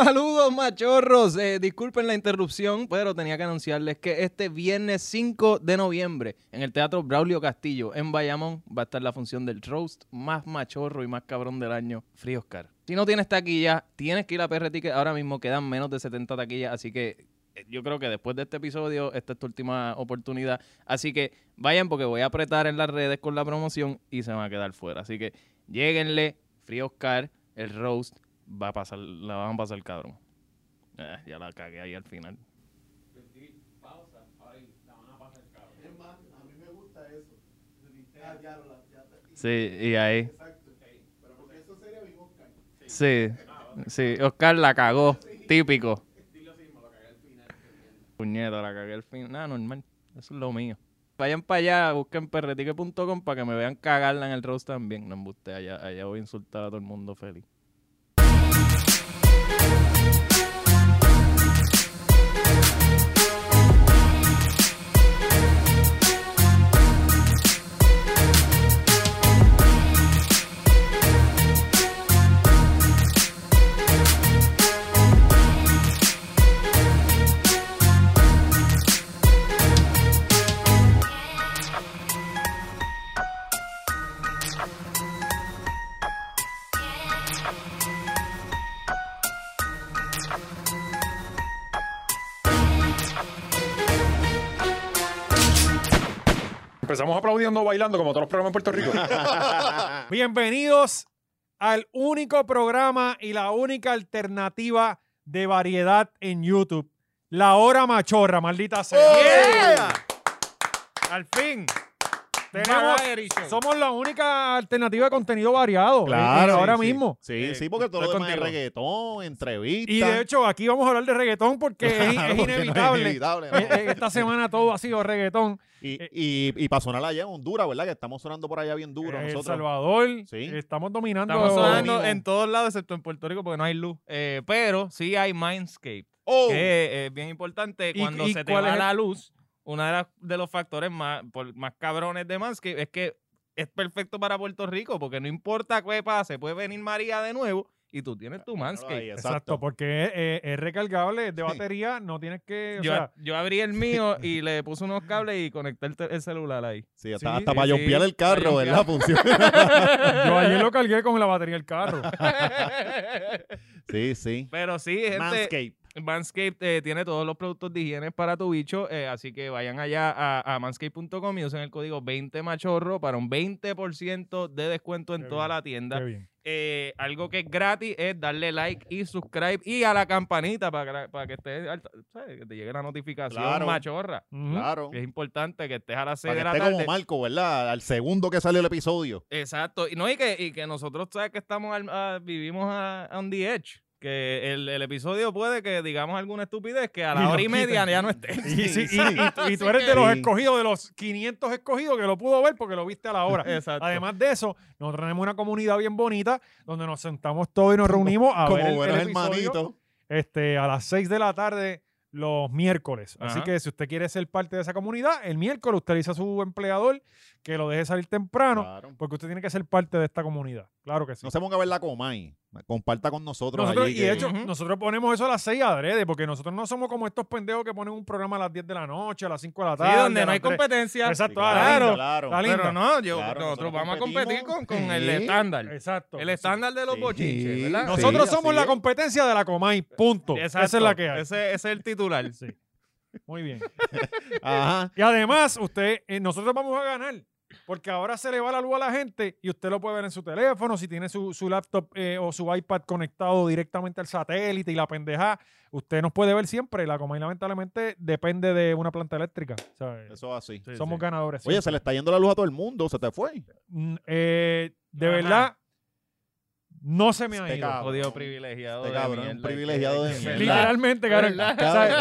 Saludos machorros, Eh, disculpen la interrupción, pero tenía que anunciarles que este viernes 5 de noviembre en el Teatro Braulio Castillo en Bayamón va a estar la función del roast más machorro y más cabrón del año, Free Oscar. Si no tienes taquilla, tienes que ir a PR Ticket ahora mismo, quedan menos de 70 taquillas, así que eh, yo creo que después de este episodio, esta es tu última oportunidad, así que vayan porque voy a apretar en las redes con la promoción y se van a quedar fuera, así que lléguenle, Free Oscar, el roast, va a pasar, la van a pasar cabrón. Eh, ya la cagué ahí al final. Es más, a mí me gusta eso. Ah, ya, la- ya, Sí, y ahí. exacto. Pero porque eso sería mi Oscar. Sí, sí, Oscar la cagó, típico. Puñeta, la cagué al final. Nada, normal, eso es lo mío. Vayan para allá, busquen perretique.com para que me vean cagarla en el roast también. No embuste, allá, allá voy a insultar a todo el mundo feliz. Empezamos aplaudiendo, bailando, como todos los programas en Puerto Rico. Bienvenidos al único programa y la única alternativa de variedad en YouTube. La hora machorra, maldita sea. ¡Oh, Al fin. Tenemos- somos la única alternativa de contenido variado. eh, Claro, ahora sí, mismo. Sí, sí, porque todo lo estoy demás es contigo. reggaetón, entrevistas. Y de hecho, aquí vamos a hablar de reggaetón porque es, Claro, es porque no es inevitable. inevitable, ¿no? Eh, eh, Esta semana todo ha sido reggaetón. y, y, y para sonar allá en Honduras, ¿verdad? Que estamos sonando por allá bien duro El nosotros. Salvador, Sí. estamos dominando. Estamos sonando mínimo. en todos lados excepto en Puerto Rico porque no hay luz. Eh, pero sí hay Mindscape. ¡Oh! que eh, es bien importante ¿Y- cuando y se te cuál va es la luz. Uno de, las- de los factores más, por- más cabrones de Manscaped es que es perfecto para Puerto Rico porque no importa qué pase, puede venir María de nuevo y tú tienes tu Ahí, Manscaped. Exacto, exacto. porque es, es- es recargable, es de Sí. batería, no tienes que. o Yo, sea, yo abrí el mío y le puse unos cables y conecté el, tel- el celular ahí. Sí, hasta, Sí, hasta sí, para yompear sí, el carro, para ¿verdad? Funciona. yo ayer lo cargué con la batería del carro. sí, sí. Pero sí, Pues, gente, Manscaped, Manscape. eh, tiene todos los productos de higiene para tu bicho, eh, así que vayan allá a, a manscaped.com y usen el código 20machorro para un 20% de descuento en Qué toda bien, la tienda. Qué bien. eh, algo que es gratis es darle like y subscribe y a la campanita para que, la- para que estés al- ¿sabes? que te llegue la notificación Claro. machorra. Ujú. Claro. Que es importante que estés a las 6 de Para la que esté como tarde. Marco, ¿verdad? Al segundo que salió el episodio. Exacto. Y no, y que, y que nosotros sabes que estamos al- a- vivimos a, on the edge. Que el, el episodio puede que digamos alguna estupidez que a Y la lo hora y media quiten. ya no esté. Y, sí, y- sí. y tú- y Así tú eres que- de los Sí. escogidos, de los 500 escogidos que lo pudo ver porque lo viste a la hora. Exacto. Además de eso, nosotros tenemos una comunidad bien bonita donde nos sentamos todos y nos reunimos a ver Como el, buenos el episodio, hermanitos. este, a las 6 de la tarde los miércoles. Así Ajá. que si usted quiere ser parte de esa comunidad, el miércoles usted le dice a su empleador que lo deje salir temprano Claro. porque usted tiene que ser parte de esta comunidad. Claro que sí. No se ponga a ver la Comay. Comparta con nosotros. Nosotros, allí y que- de hecho, Ujú. nosotros ponemos eso a las 6 adrede, porque nosotros no somos como estos pendejos que ponen un programa a las 10 de la noche, a las 5 de la tarde. Sí, donde a no las hay tres. competencia. Sí, Exacto, claro, claro. claro. la linda. Pero no, yo, Claro, nosotros nosotros vamos a competir con, competimos. con el Sí. estándar. Exacto. El estándar de los Sí. bochinches, ¿verdad? Sí. Nosotros así somos la es. competencia de la Comay, punto. Esa es la que hay. Ese, ese es el titular. Sí. Muy bien. Ajá. Y además, usted, eh, nosotros vamos a ganar. Porque ahora se le va la luz a la gente y usted lo puede ver en su teléfono, si tiene su, su laptop eh, o su iPad conectado directamente al satélite y la pendeja, usted nos puede ver siempre. La Comay lamentablemente depende de una planta eléctrica. ¿sabes? Eso así. Somos ganadores. Oye, se siempre. le está yendo la luz a todo el mundo. Se te fue. Mm, eh, de Ajá. verdad, no se me ha Este ido. cabrón. Jodido privilegiado. Este de cabrón, mierda, privilegiado de mierda. Literalmente, cabrón. ¿Verdad? O sea,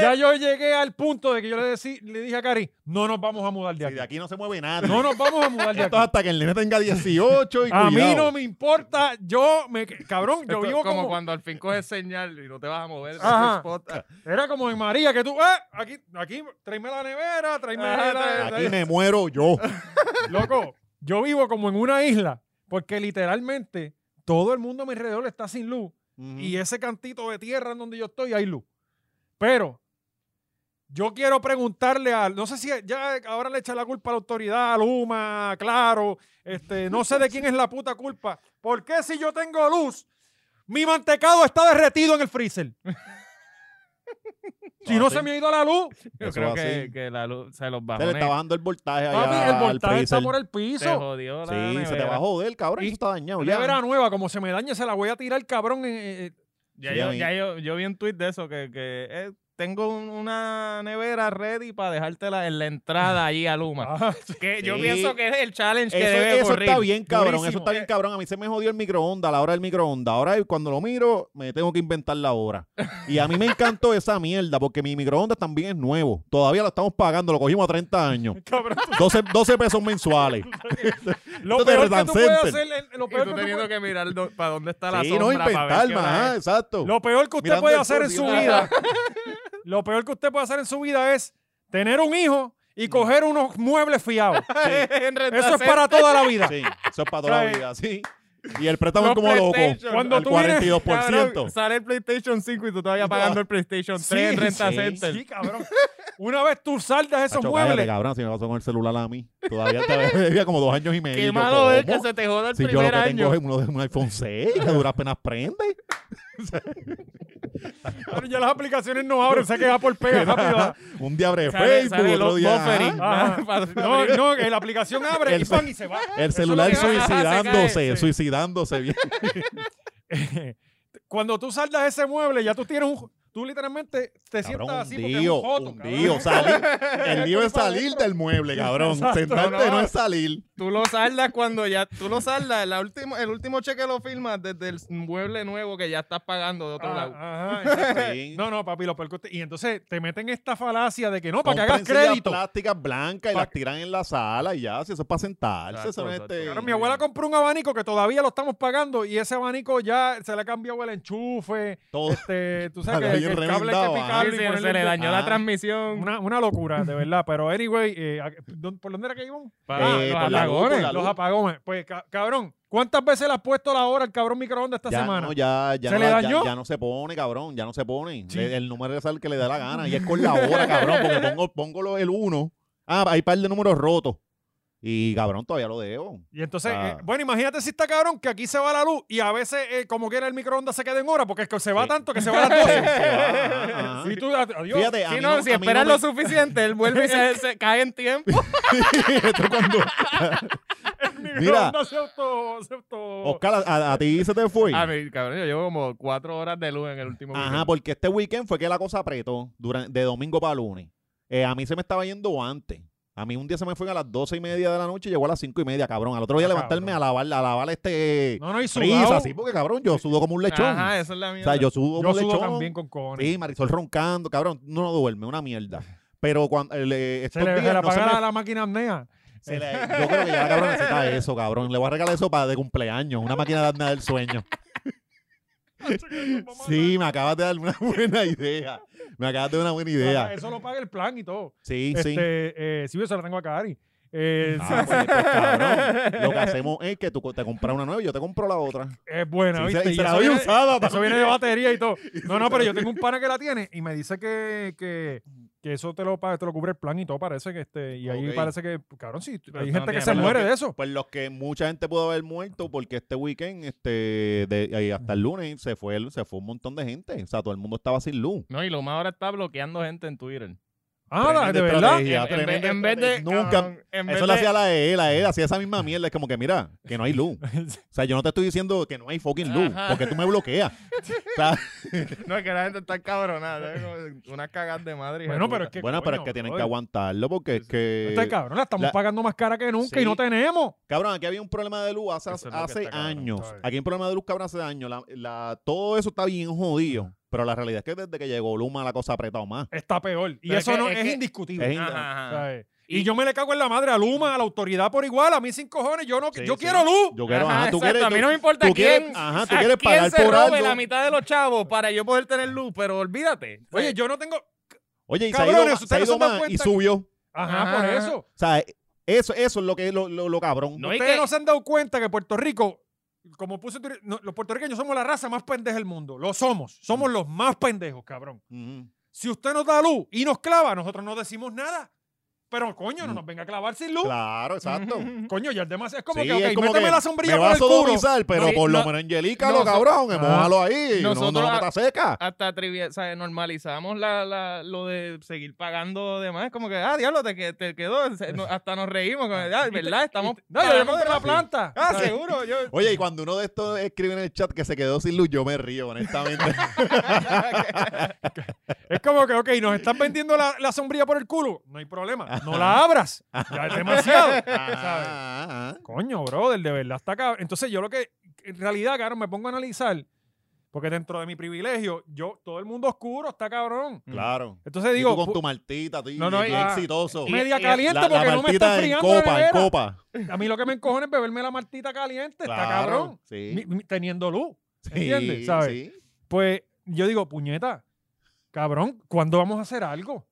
ya yo llegué al punto de que yo le, decí- le dije a Cari, no nos vamos a mudar de Si aquí. de aquí no se mueve nada. No nos vamos a mudar de aquí. Esto es hasta que el nene tenga 18 y A mí cuidado. no me importa, yo me cabrón, yo Esto es vivo como, como, cuando al fin coges señal y no te vas a mover. de Ajá. ese spot. era como en María que tú, eh, aquí aquí tráeme la nevera, tráeme Ajá, la- Ah, tráeme- Aquí me muero yo. loco, yo vivo como en una isla porque literalmente todo el mundo a mi alrededor está sin luz Ujú. y ese cantito de tierra en donde yo estoy hay luz. Pero yo quiero preguntarle a, no sé si ya ahora le echa la culpa a la autoridad, a Luma, a claro, este, no sé de quién es la puta culpa. ¿Por qué si yo tengo luz, mi mantecado está derretido en el freezer? si no Así. se me ha ido la luz, Yo Eso creo va que, así. que la luz se los Se le está bajones. bajando el voltaje allá papi, el al voltaje está freezer. por el Se piso. jodió la Sí, se te nevera. va a joder, cabrón. Y- Eso está dañado Una ya. nevera nueva, como se me dañe, se la voy a tirar, cabrón. en- en- en- Ya, Sí, a yo, mí. ya yo, yo vi un tweet de eso que, que eh, tengo un- una nevera ready para dejártela en la entrada allí a Luma. Ah, que yo sí. pienso que es el challenge que Eso, debe eso ocurrir. está bien, cabrón. Eso Durísimo. está bien, cabrón. A mí se me jodió el microondas, la hora del microondas. Ahora cuando lo miro, me tengo que inventar la hora. Y a mí me encantó esa mierda, porque mi microondas también es nuevo. Todavía lo estamos pagando, lo cogimos a 30 años. cabrón. 12, 12 pesos mensuales. Lo Esto te peor que tú puedes redancenten. hacer, en- lo Y tú peor que tú puedes- teniendo eh, que mirar do- para dónde está la Sí, sombra. no para ver inventar qué más, hora ajá, es. exacto. Lo peor que usted Mirando puede el hacer en sol, su sí, vida, lo peor que usted puede hacer en su vida es tener un hijo Mm. y coger unos muebles fiados. En renta Eso es cero. para toda la vida. Sí, eso es para toda la ¿Sabes? vida, sí. Y el préstamo es Los como loco, PlayStation. Cuando al tú vienes, 42%. Cabrón, sale el PlayStation 5 y tú todavía pagando el PlayStation 3 en renta sí, center. Sí, cabrón. Una vez tú saldas esos Tacho, cállate, muebles, cabrón, si me pasó con el celular a mí. Todavía te debía como dos años y medio. Qué Yo, malo es que ¿cómo? se te joda el Si yo lo primer que año. tengo es uno de un iPhone 6, que dura apenas prende. cabrón, ya las aplicaciones no abren, se queda por pega rápido. un día abre Sale- Facebook, sale otro los día. buffering. Ajá. Para- No, no, que la aplicación abre El y pan y se va. ah, El celular Eso es lo que- ajá, se suicidándose, cae, sí. suicidándose bien. Cuando tú saldas ese mueble, ya tú tienes un. Tú literalmente te Cabrón, sientas así un porque es lío, un joto, un cabrón. lío. Salir, el lío es salir del mueble, cabrón. Sentarte no es salir. Tú lo saldas cuando ya, tú lo saldas, la última, el último cheque lo firmas desde el mueble nuevo que ya estás pagando de otro Ah, lado. ajá, exacto. No, no, papi, lo peor que usted- Y entonces te meten esta falacia de que no, para que hagas Compren sillas crédito. plásticas blancas y Pa- las tiran en la sala y ya, si eso es para sentarse. Exacto, Eso no es exacto. este- Claro, Pues mi abuela compró un abanico que todavía lo estamos pagando y ese abanico ya se le ha cambiado el enchufe. Todo. Este, tú sabes Vale, que, bien que el cable hay remendado, que ah. picarlo Sí, y se, ponerle- se le dañó Ah. la transmisión. Una, una locura, de verdad. Pero anyway, eh, ¿a- dó- ¿por dónde era que íbamos? Para Eh, Ah, los por la luz, apagones. por la Los luz. apagones. Pues, ca- cabrón, ¿cuántas veces le has puesto la hora al cabrón microondas esta ya semana? No, ya, ya, ¿Se no, le la- dañó? ya, ya no se pone, cabrón. Ya no se pone. Sí. Le- el número es el que le da la gana. Y es con la hora, cabrón. Porque pongo, pongo lo- el 1. Ah, hay par de números rotos. Y cabrón, todavía lo debo. Y entonces, Ah. eh, bueno, imagínate si está cabrón que aquí se va la luz y a veces, eh, como quiera, el microondas se queda en hora porque es que se va Sí. tanto que se va a las Sí, 12. se va, ajá, ajá. Y tú, ad- adiós. Fíjate, a Si mí no, no- si a mí no esperas me- lo suficiente, él vuelve y se, se cae en tiempo. Esto cuando- El ah, Mira. microondas se auto. se auto- Oscar, a, a ti se te fue. Oh. A mí, cabrón, yo llevo como cuatro horas de luz en el último Ajá, weekend. porque este weekend fue que la cosa apretó duran- de domingo para lunes. Eh, a mí se me estaba yendo antes. A mí un día se me fue a las doce y media de la noche y llegó a las cinco y media, cabrón. Al otro día Ah, levantarme a lavar, a lavar este No, no, y prisa, sudado. así, porque cabrón, yo sudo como un lechón. Ajá, esa es la o mierda. sea, yo sudo como Yo un sudo lechón. también con cojones. Sí, Marisol roncando, cabrón, uno no duerme, una mierda. Pero cuando el, eh, se estos le, se le días no se apaga me- la- la máquina apnea. se le- yo creo que ya la cabrón necesita eso, cabrón. Le voy a regalar eso para de cumpleaños, una máquina de apnea del sueño. Sí, me acabas de dar una buena idea. Me acabas de dar una buena idea. Eso lo paga el plan y todo. Sí, este, sí. eh, sí, yo se la tengo acá, Ari. Eh, Ah, pues, pues, cabrón, lo que hacemos es que tú co- te compras una nueva y yo te compro la otra. Es buena, Sí, ¿viste? se- y se la eso doy viene- usada Eso también. viene de batería y todo. No, no, pero yo tengo un pana que la tiene y me dice que, que, que eso te lo, pa- te lo cubre el plan y todo, parece que este. Y ahí Ok. parece que, cabrón, sí, Pero hay tú no gente que tienes se plan. muere de eso. Pues los que mucha gente pudo haber muerto porque este weekend, este, de, y hasta el lunes, se fue, el- se fue un montón de gente. O sea, todo el mundo estaba sin luz. No, y lo más ahora está bloqueando gente en Twitter. Ah, de Tremenda verdad. estrategia, En- en vez- tremenda en vez de- estrategia. Nunca. cabrón, en vez Eso lo de- hacía la E, la E hacía esa misma mierda. Es como que, mira, que no hay luz. O sea, yo no te estoy diciendo que no hay fucking luz, Ajá. porque tú me bloqueas. O sea, No, es que la gente está cabronada. ¿sabes? Como Unas cagas de madre. hija Bueno, de pero es puta. que. bueno, pero es coño, que tienen que brother. aguantarlo porque es que... Este cabrón, la estamos la- pagando más cara que nunca y Sí. no tenemos. Cabrón, aquí había un problema de luz hace, Eso es lo que hace está cabrón, años. ¿sabes? Aquí hay un problema de luz, cabrón, hace años. La- la- todo eso está bien jodido. Pero la realidad es que desde que llegó Luma la cosa ha apretado más. Está peor. Y Pero es eso que- no, es es, que- indiscutible. Es Ajá, ajá. ¿sabes? Y, Y- yo me le cago en la madre a Luma, a la autoridad por igual, a mí sin cojones, yo no Sí, yo sí. quiero luz. Yo quiero, Ajá, ajá, tú exacto, quieres... a mí tú- no me importa tú quién, quieres- ajá, tú a quieres quién pagar se por robe algo. la mitad de los chavos para yo poder tener luz, pero olvídate. Oye, yo no tengo. Oye, y se ha Cabrones, ido, ustedes se ha no ido se dan más y cuenta que- subió. O Ajá, Ajá. por eso. sea, eso, eso es lo que es lo, lo- lo cabrón. No, y Ustedes que- no se han dado cuenta que Puerto Rico Como puse en Twitter, no, los puertorriqueños somos la raza más pendeja del mundo. Lo somos. Somos los más pendejos, cabrón. Ujú. Si usted nos da luz y nos clava, nosotros no decimos nada. Pero coño, no nos venga a clavar sin luz. Claro, exacto. Coño, ya el demás es como Sí, que, ok, es como méteme que la sombrilla me por el vas a culo. sodomizar, pero No, por no- lo menos engelícalo, noso- cabrón. Ah. Mójalo ahí. No- Nosotros no, la- la mata seca. Hasta trivia, o sea, normalizamos la, la- lo de seguir pagando de más. Como que, ah, diablo, te, que- te quedó. Se- no- hasta nos reímos. Como, ah, ¿Verdad? Estamos. No, yo le pagando compré de la más. planta. Ah, seguro. Yo, Oye, y cuando uno de estos escribe en el chat que se quedó sin luz, yo me río, honestamente. Es como que, ok, nos están vendiendo la, la sombrilla por el culo. No hay problema. No la abras. Ya es demasiado. ¿sabes? Ah, ah, ah. Coño, brother, de verdad está cabrón. Entonces, yo lo que, en realidad, cabrón, me pongo a analizar, porque dentro de mi privilegio, yo, todo el mundo oscuro está cabrón. Claro. Entonces Mm. Mm. Y digo, tú con pu- tu martita, tío, No, no, bien y- ah, exitoso. media y- caliente la, la porque no me martita está en enfriando copa, en la nevera. copa. A mí lo que me encojona es beberme la martita caliente, está Claro, cabrón. sí. Mi- mi- teniendo luz. Sí, ¿Entiendes? ¿Sabes? sí. Pues yo digo, puñeta, cabrón, ¿cuándo vamos a hacer algo?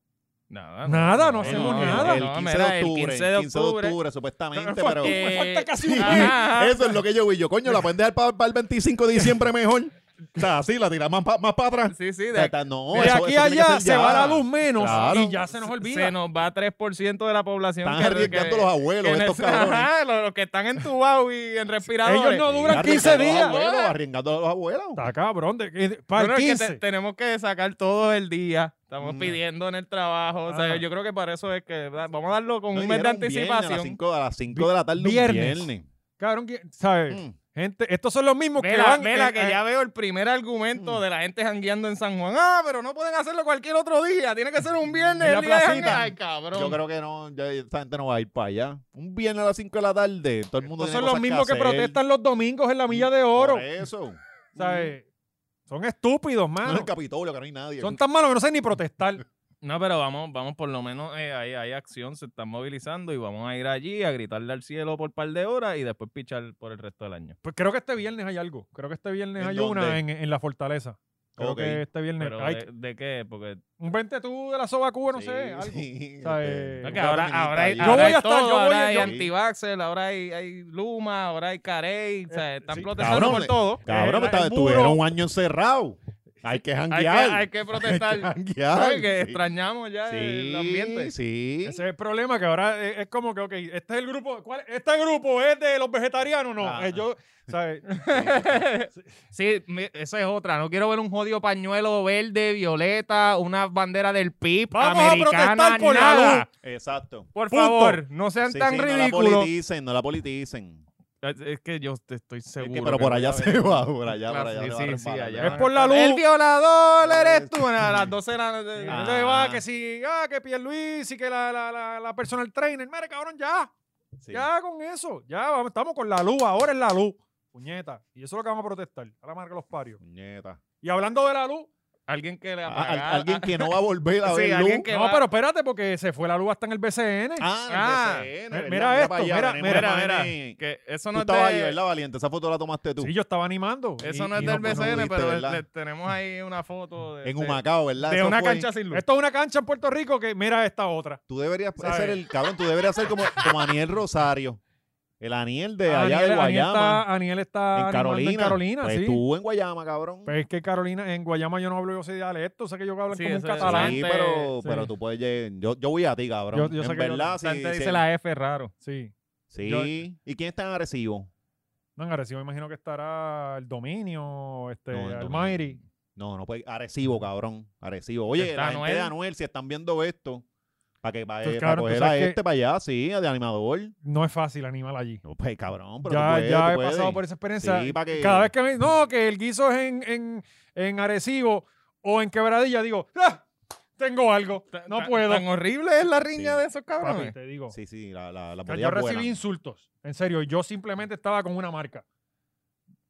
Nada, Nada, no hacemos el- nada. El, 15 de octubre, el 15 de octubre, supuestamente, pero... Me falta casi un eh, ajá. año. Eso es lo que yo vi. Yo, coño, la pueden dejar para, el 25 de diciembre mejor. O sea, así, la tiramos más, más para atrás. Sí, sí. de O sea, aquí- está- no, De eso- aquí eso a tiene que allá ser se ya. va la luz menos Claro. y ya se nos olvida. Se nos va 3% de la población. Están que- arriesgando que- los abuelos, que estos neces- Ajá, cabrones. los, los que están entubados y en respiradores. Ellos no duran Arriesgando 15 a los días. abuelos, Arriesgando a los abuelos. Está cabrón. de- de- para Bueno, es el que 15. te- tenemos que sacar todo el día. Estamos Mm. pidiendo en el trabajo. O sea, Ajá. yo creo que para eso es que ¿verdad? vamos a darlo con No, un y mes de era un viernes, A las anticipación. 5 de, la de la tarde, Viernes. un viernes. Cabrón, que- ¿sabes? Mm. Gente, estos son los mismos que Vela, van... vela, eh, que eh, ya veo el primer argumento Mm. de la gente jangueando en San Juan. Ah, pero no pueden hacerlo cualquier otro día. Tiene que ser un viernes. En la el día de placita. jangueo. Ay, cabrón. Yo creo que no, ya esa gente no va a ir para allá. Un viernes a las 5 de la tarde, todo el mundo estos tiene son cosas los mismos que, hacer. protestan los domingos en la Milla de Oro. Por eso. ¿Sabes? Son estúpidos, No es mano. el Capitolio, que no hay nadie. Son tan malos que no saben ni protestar. No, pero vamos, vamos por lo menos eh, hay, hay acción, se están movilizando y vamos a ir allí a gritarle al cielo por par de horas y después pichar por el resto del año. Pues creo que este viernes hay algo. Creo que este viernes ¿En hay dónde? una en, en la fortaleza. Creo Ok. que este viernes. Pero hay de, de qué? Porque un 20 tú de la soba Cuba, no Sí, sé. Algo. sí, ¿Sabes? este, No, es un que ahora, feminista ahora hay, ahí. Yo ahora voy hay a estar, todo, yo voy ahora a- hay yo- antivaxxer, ahora hay, hay Luma, ahora hay Carey, o sea, están sí. protestando Cabrón, por eh, todo. Cabrón, El- pero el muro. estuvieron un año encerrado. Hay que Hay que, janguear. hay que protestar. janguear, ¿Sabes? Que sí. extrañamos ya Sí, el ambiente. sí. Ese es el problema, que ahora es, es como que, ok, este es el grupo, ¿cuál, ¿este grupo es de los vegetarianos? No, Ah. eh, yo, ¿sabes? Sí, mi- esa es otra. No quiero ver un jodido pañuelo verde, violeta, una bandera del PIB Vamos a americana, protestar por la nada. luz. Exacto. Por Punto. favor, no sean Sí, tan sí, No la ridículos. politicen, no la politicen. Es es que yo te estoy Es seguro. que, pero que por voy allá a se ver. va, por allá, Claro, por allá. sí, se va sí, a sí, resbalar. allá. Es por la El luz. violador eres tú. A las 12 de la Ah. noche. Entonces va que si, ah, que Pierluis y que la, la, la, la personal trainer. Mire, cabrón, ya, Sí. ya con eso. Ya, vamos, estamos con la luz, ahora es la luz. Puñeta. Y eso es lo que vamos a protestar. Ahora marca los parios. Puñeta. Y hablando de la luz. Alguien que le Ah, al- apagara. alguien que no va a volver a Sí, ver alguien luz. que- No, va- pero espérate, porque se fue la luz hasta en el BCN. Ah, Ah, el mira BCN, ¿verdad? esto, para allá, mira, venimos, mira, Manny. mira, que eso Tú no es estabas ahí, de- ¿verdad, Valiente? Esa foto la tomaste tú. Sí, yo estaba animando. Eso Y- no es y del pues, no BCN, pudiste, pero ¿verdad? le- tenemos ahí una foto de, este, en de- Humacao, ¿verdad? de Eso una fue- cancha sin luz. Esto es una cancha en Puerto Rico que mira esta otra. Tú deberías ¿Sabes? ser el cabrón, tú deberías ser como, como Aniel Rosario. El Aniel Ah, de Eh, allá Aniel- de Aniel Guayama. está, Aniel está en animando Carolina. en Carolina, pues sí. tú en Guayama, cabrón. Pues es que Carolina, en Guayama yo no hablo yo soy dialecto, o sea que yo hablo Sí, como un eso es- catalán. sí, adelante, pero, sí. pero tú puedes llegar. Yo, yo voy a ti, cabrón. Yo- yo sé en que yo- verdad, Ah, sí. La gente sí. Este, dice la F raro. Sí. Sí. yo- ¿Y quién está en agresivo? No, en Arecibo me imagino que estará el dominio, este, No, el Almighty. No, no puede. Mm. Agresivo, cabrón. Agresivo. Oye, Está la gente Anuel. de Anuel, si están viendo esto, para que para, Tú, para cabrón, Pues tú coger a sabes que- este para allá, sí, de animador. No es fácil animal allí. No, pues cabrón, pero ya tú puedes, ya tú he puedes. pasado por esa experiencia. Sí, pues. pa' que- Cada vez que me no, que el guiso es en, en, en Arecibo o en Quebradilla, digo, "Ah, tengo algo, no Tan- puedo. Tan horrible es la riña Sí. de esos Papi, cabrones. te digo. Sí, sí, la, la, la O sea, podía yo recibí buena. insultos, en serio, y yo simplemente estaba con una marca.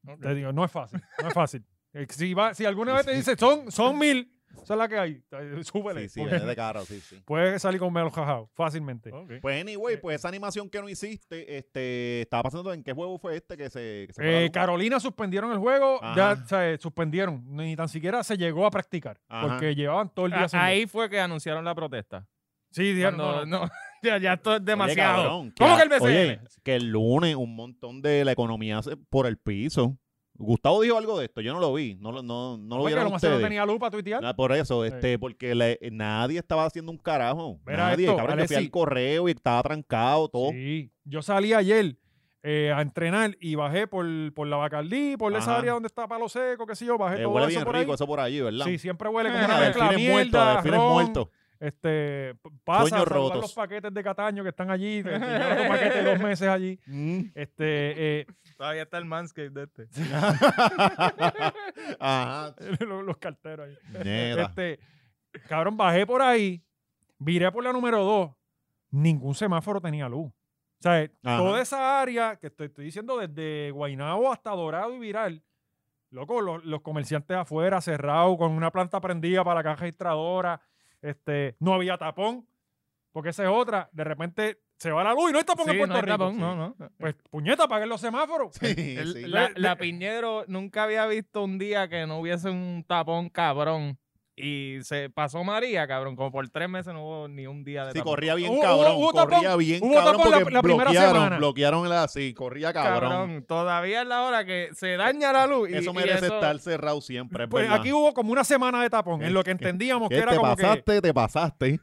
Ok. Te digo, no es fácil, no es fácil. Eh, Si, va- si alguna vez te dice, son, son mil, esa es la que hay, eh, súbele. Sí, sí, porque venía de cara, sí, sí. Puedes salir con menos jajado, fácilmente. Ah, Pues Eh. anyway, pues esa animación que no hiciste, este, estaba pasando en qué juego fue este que se, que se fue la Eh, luz? Carolina suspendieron el juego, ya Ajá. o sea, eh, suspendieron, ni tan siquiera se llegó a practicar, Ajá. porque llevaban todo el día A- sin luz. Ahí fue que anunciaron la protesta. Sí, dijeron, Cuando- no, no. no, ya, ya esto es Oye, demasiado. cabrón, ¿Cómo a- que el BCN? Oye, que el lunes un montón de la economía se- por el piso. Gustavo dijo algo de esto, yo no lo vi, no, lo- no, no lo Oye, vieron lo más seguro ustedes. tenía luz para tuitear. Ah, por eso, este, porque la- nadie estaba haciendo un carajo. Mira nadie, esto, cabrón, yo fui Alexi. al correo y estaba trancado, todo. Eh, Sí, yo salí ayer eh, a entrenar y bajé por, por la Bacardí, por esa Ajá. área donde está Palo Seco, qué sé yo, bajé Eh, todo huele eso bien por rico ahí. eso por allí, ¿verdad? Sí, siempre huele como Eh, una a mezcla de delfines muertos, a mierda, delfines ron, muertos. Este, p- pasa, Sueños saludar rotos. los paquetes de Cataño que están allí, te enseñaron otro paquete de dos meses allí. Mm. Este, eh, Todavía está el manscape de este. Ajá. los, los carteros ahí. Neta. Este, cabrón, bajé por ahí, viré por la número 2, ningún semáforo tenía luz. O sea, Ajá. toda esa área que estoy, estoy diciendo desde Guainabo hasta Dorado y Viral, loco, los, los comerciantes afuera cerrados con una planta prendida para la caja registradora, este, no había tapón, porque esa es otra, de repente se va la luz y no hay tapón en Sí, Puerto no hay Rico. tapón, no, no. Pues puñeta, apaguen los semáforos. Sí, El- sí. La, la Piñero nunca había visto un día que no hubiese un tapón cabrón. Y se pasó María, cabrón. Como por tres meses no hubo ni un día de Sí, tapón. corría bien Hubo- cabrón, hubo- hubo corría tapón, bien hubo cabrón tapón la- porque la primera bloquearon, semana. bloquearon la sí, corría Cabrón, cabrón. Eh, todavía es la hora que se daña la luz. y- Eso y merece estar cerrado siempre, es Pues verdad. aquí hubo como una semana de tapón, en lo que entendíamos que ¿Qué era te como que... pasaste, te pasaste.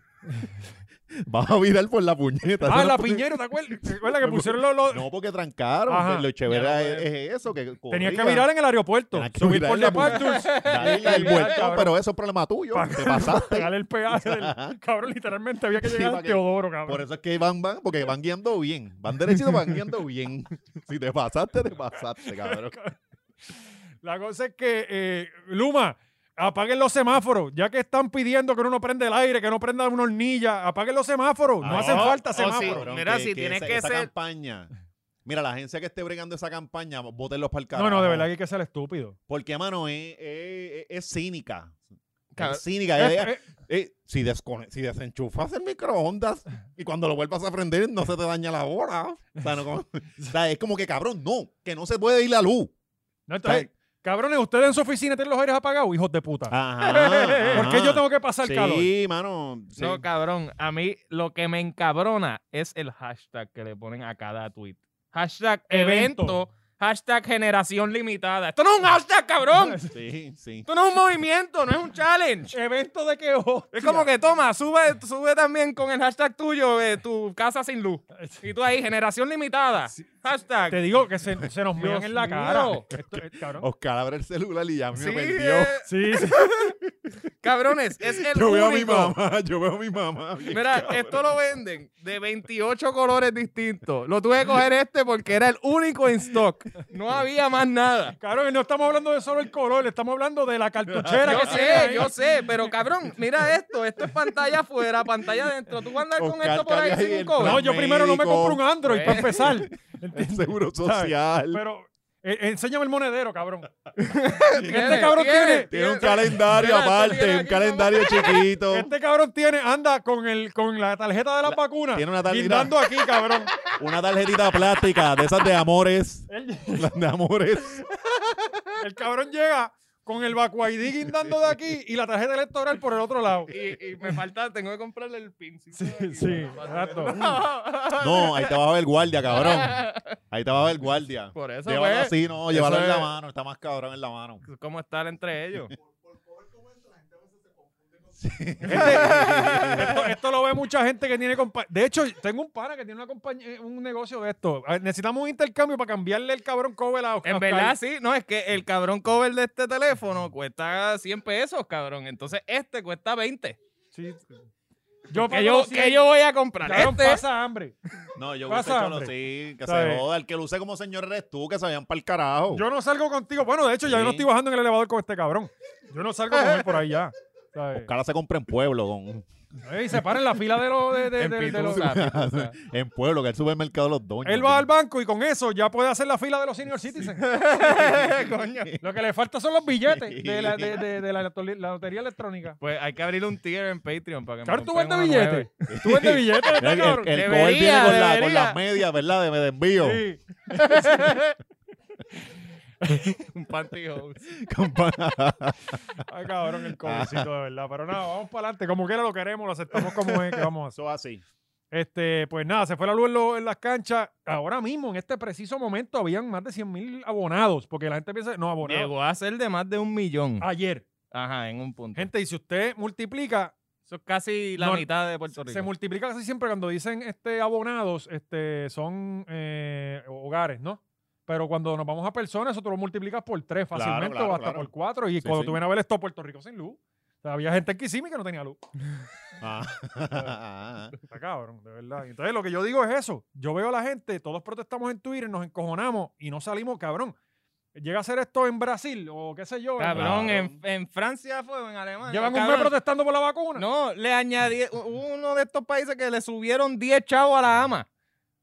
Vas a virar por la puñeta. Eso Ah, no la puede- piñera, ¿te acuerdas? ¿Te acuerdas que pusieron los... los- No, porque trancaron. Ajá. pues, Lo chévere Ya, es, pues. es eso. Que Tenías que corría. virar en el aeropuerto. Tenías que Subir virar por en la Departures. Dale el vuelto, pero eso es problema tuyo. Te pasaste. Pagar el peaje del... Cabrón, literalmente había que Sí, llegar para a que- Teodoro, cabrón. Por eso es que van, van, porque van guiando bien. Van derechito, van guiando bien. Si te pasaste, te pasaste, cabrón. La cosa es que, eh, Luma, apaguen los semáforos. Ya que están pidiendo que uno no prenda el aire, que no prenda una hornilla, apaguen los semáforos. No Ah, hacen no. falta O semáforos. Oh, sí. Mira, si tienes esa, que esa ser- campaña. Mira, la agencia que esté bregando esa campaña, votenlos para el carajo. No, no, de verdad que hay que ser estúpido. Porque, mano, es, es, es cínica. Cabrón. Es cínica. es- Eh, eh, eh, si, descone- si desenchufas el microondas y cuando lo vuelvas a prender no se te daña la hora. O sea, no como- o sea, es como que, cabrón, no, que no se puede ir la luz. no, eh. entonces, cabrones, ustedes en su oficina tienen los aires apagados, hijos de puta. Ajá. ¿Por qué yo tengo que pasar Ah, sí, calor? mano. sí. No, cabrón. A mí lo que me encabrona es el hashtag que le ponen a cada tweet. Hashtag Evento. evento. Hashtag generación limitada. Esto no es un hashtag, cabrón. sí, sí. Esto no es un movimiento, no es un challenge. ¿Evento de qué hostia? Es como que toma, sube, sube también con el hashtag tuyo de tu casa sin luz. Y tú ahí, generación limitada. Hashtag. Te digo que se, se nos miran Dios en la mío. Oh. cara. Esto, eh, cabrón. Oscar abre el celular y ya me Sí, perdió. eh, Sí, sí. cabrones, es el Yo veo a mi único. mamá, yo veo a mi mamá. bien Mira, cabrón. esto lo venden de 28 colores distintos. Lo tuve que coger este porque era el único en stock. No había más nada. Cabrón, y no estamos hablando de solo el color, estamos hablando de la cartuchera. Yo que tiene sé, ahí. yo sé, pero cabrón, mira esto. Esto es pantalla afuera, pantalla adentro. Tú vas a andar con Oscar, esto por ahí cambia ahí sin un el cover. No, yo primero no me Médico. compro un Android Eh. para empezar. El seguro social. Pero eh, enséñame el monedero, cabrón. Tiene, Este cabrón tiene- Tiene tiene. un calendario Mira, esto aparte, tiene un aquí calendario chiquito. Este cabrón tiene, anda con el con la tarjeta de las Oh. La- vacunas. tiene una tarjeta. guindando aquí, cabrón. Una tarjetita plástica de esas de amores. El, Las de amores. el cabrón llega con el vacuaidí guindando de aquí y la tarjeta electoral por el otro lado. Y, y me falta, tengo que comprarle el pin. Sí, sí, exacto. No, ahí te va a ver el guardia, cabrón. Ahí te va a ver el guardia. Por eso, Llévalo pues, así, no, llévalo en la es- mano. Está más cabrón en la mano. ¿cómo estar entre ellos? Esto, esto lo ve mucha gente que tiene compa- De hecho, tengo un pana que tiene una compañía, eh, un negocio de esto. A ver, Necesitamos un intercambio para cambiarle el cabrón cover a En a- verdad, sí. No, es que el cabrón cover de este teléfono cuesta 100 pesos, cabrón. Entonces este cuesta 20. Sí. Yo Que yo, que yo voy a comprar. Cabrón, Este pasa hambre. No, yo Pasa hubiese hecho lo hambre. así, que ¿Sabes? se joda. El que luce como señor eres tú, que se vayan para el carajo. Yo no salgo contigo. Bueno, de hecho, ya yo no Sí. estoy bajando en el elevador con este cabrón. Yo no salgo con él por ahí ya. ¿sabes? Oscar se compra en pueblo, don. Ey, se para en la fila de los... de- de- En de- de los- Pitusa. en pueblo, que es el supermercado de los doños. Él va al banco y con eso ya puede hacer la fila de los senior citizens. coño. Lo que le falta son los billetes Sí. de la, de, de- de la, loto- la lotería electrónica. Pues hay que abrir un tier en Patreon para que Cabrón, me tú compren vendes uno billetes. Tú vendes billetes, El, ¿verdad, el, cabrón? el Debería, cover viene con, la, con debería. las medias, ¿verdad? De, de envío. Sí. nuevo. un panty hose. Ay, cabrón, el cobrecito de verdad. Pero nada, vamos para adelante. Como quiera lo queremos, lo aceptamos como es que vamos a hacer. Eso así. Este, pues nada, se fue la luz en, lo- en las canchas. Ahora mismo, en este preciso momento, habían más de 100 mil abonados, porque la gente piensa, no, abonados. Llegó a ser de más de un millón. Ayer. Ajá, en un punto. Ah. Gente, y si usted multiplica, Eso es casi la No, mitad de Puerto Rico. se multiplica casi siempre cuando dicen este, abonados, este, son eh, hogares, ¿no? Pero cuando nos vamos a personas, eso tú lo multiplicas por tres Claro, fácilmente claro, o hasta claro. por cuatro. Y Sí, cuando sí. tú vienes a ver esto, Puerto Rico sin luz. O sea, había gente en Kissimmee que no tenía luz. Ah. Está cabrón, de verdad. Y Entonces, lo que yo digo es eso. Yo veo a la gente, todos protestamos en Twitter, nos encojonamos y no salimos, cabrón. Llega a ser esto en Brasil o qué sé yo. en- Cabrón, en, en Francia fue, o en Alemania. Llevan un mes cabrón. protestando por la vacuna. No, le añadí hubo uno de estos países que le subieron 10 chavos a la ama.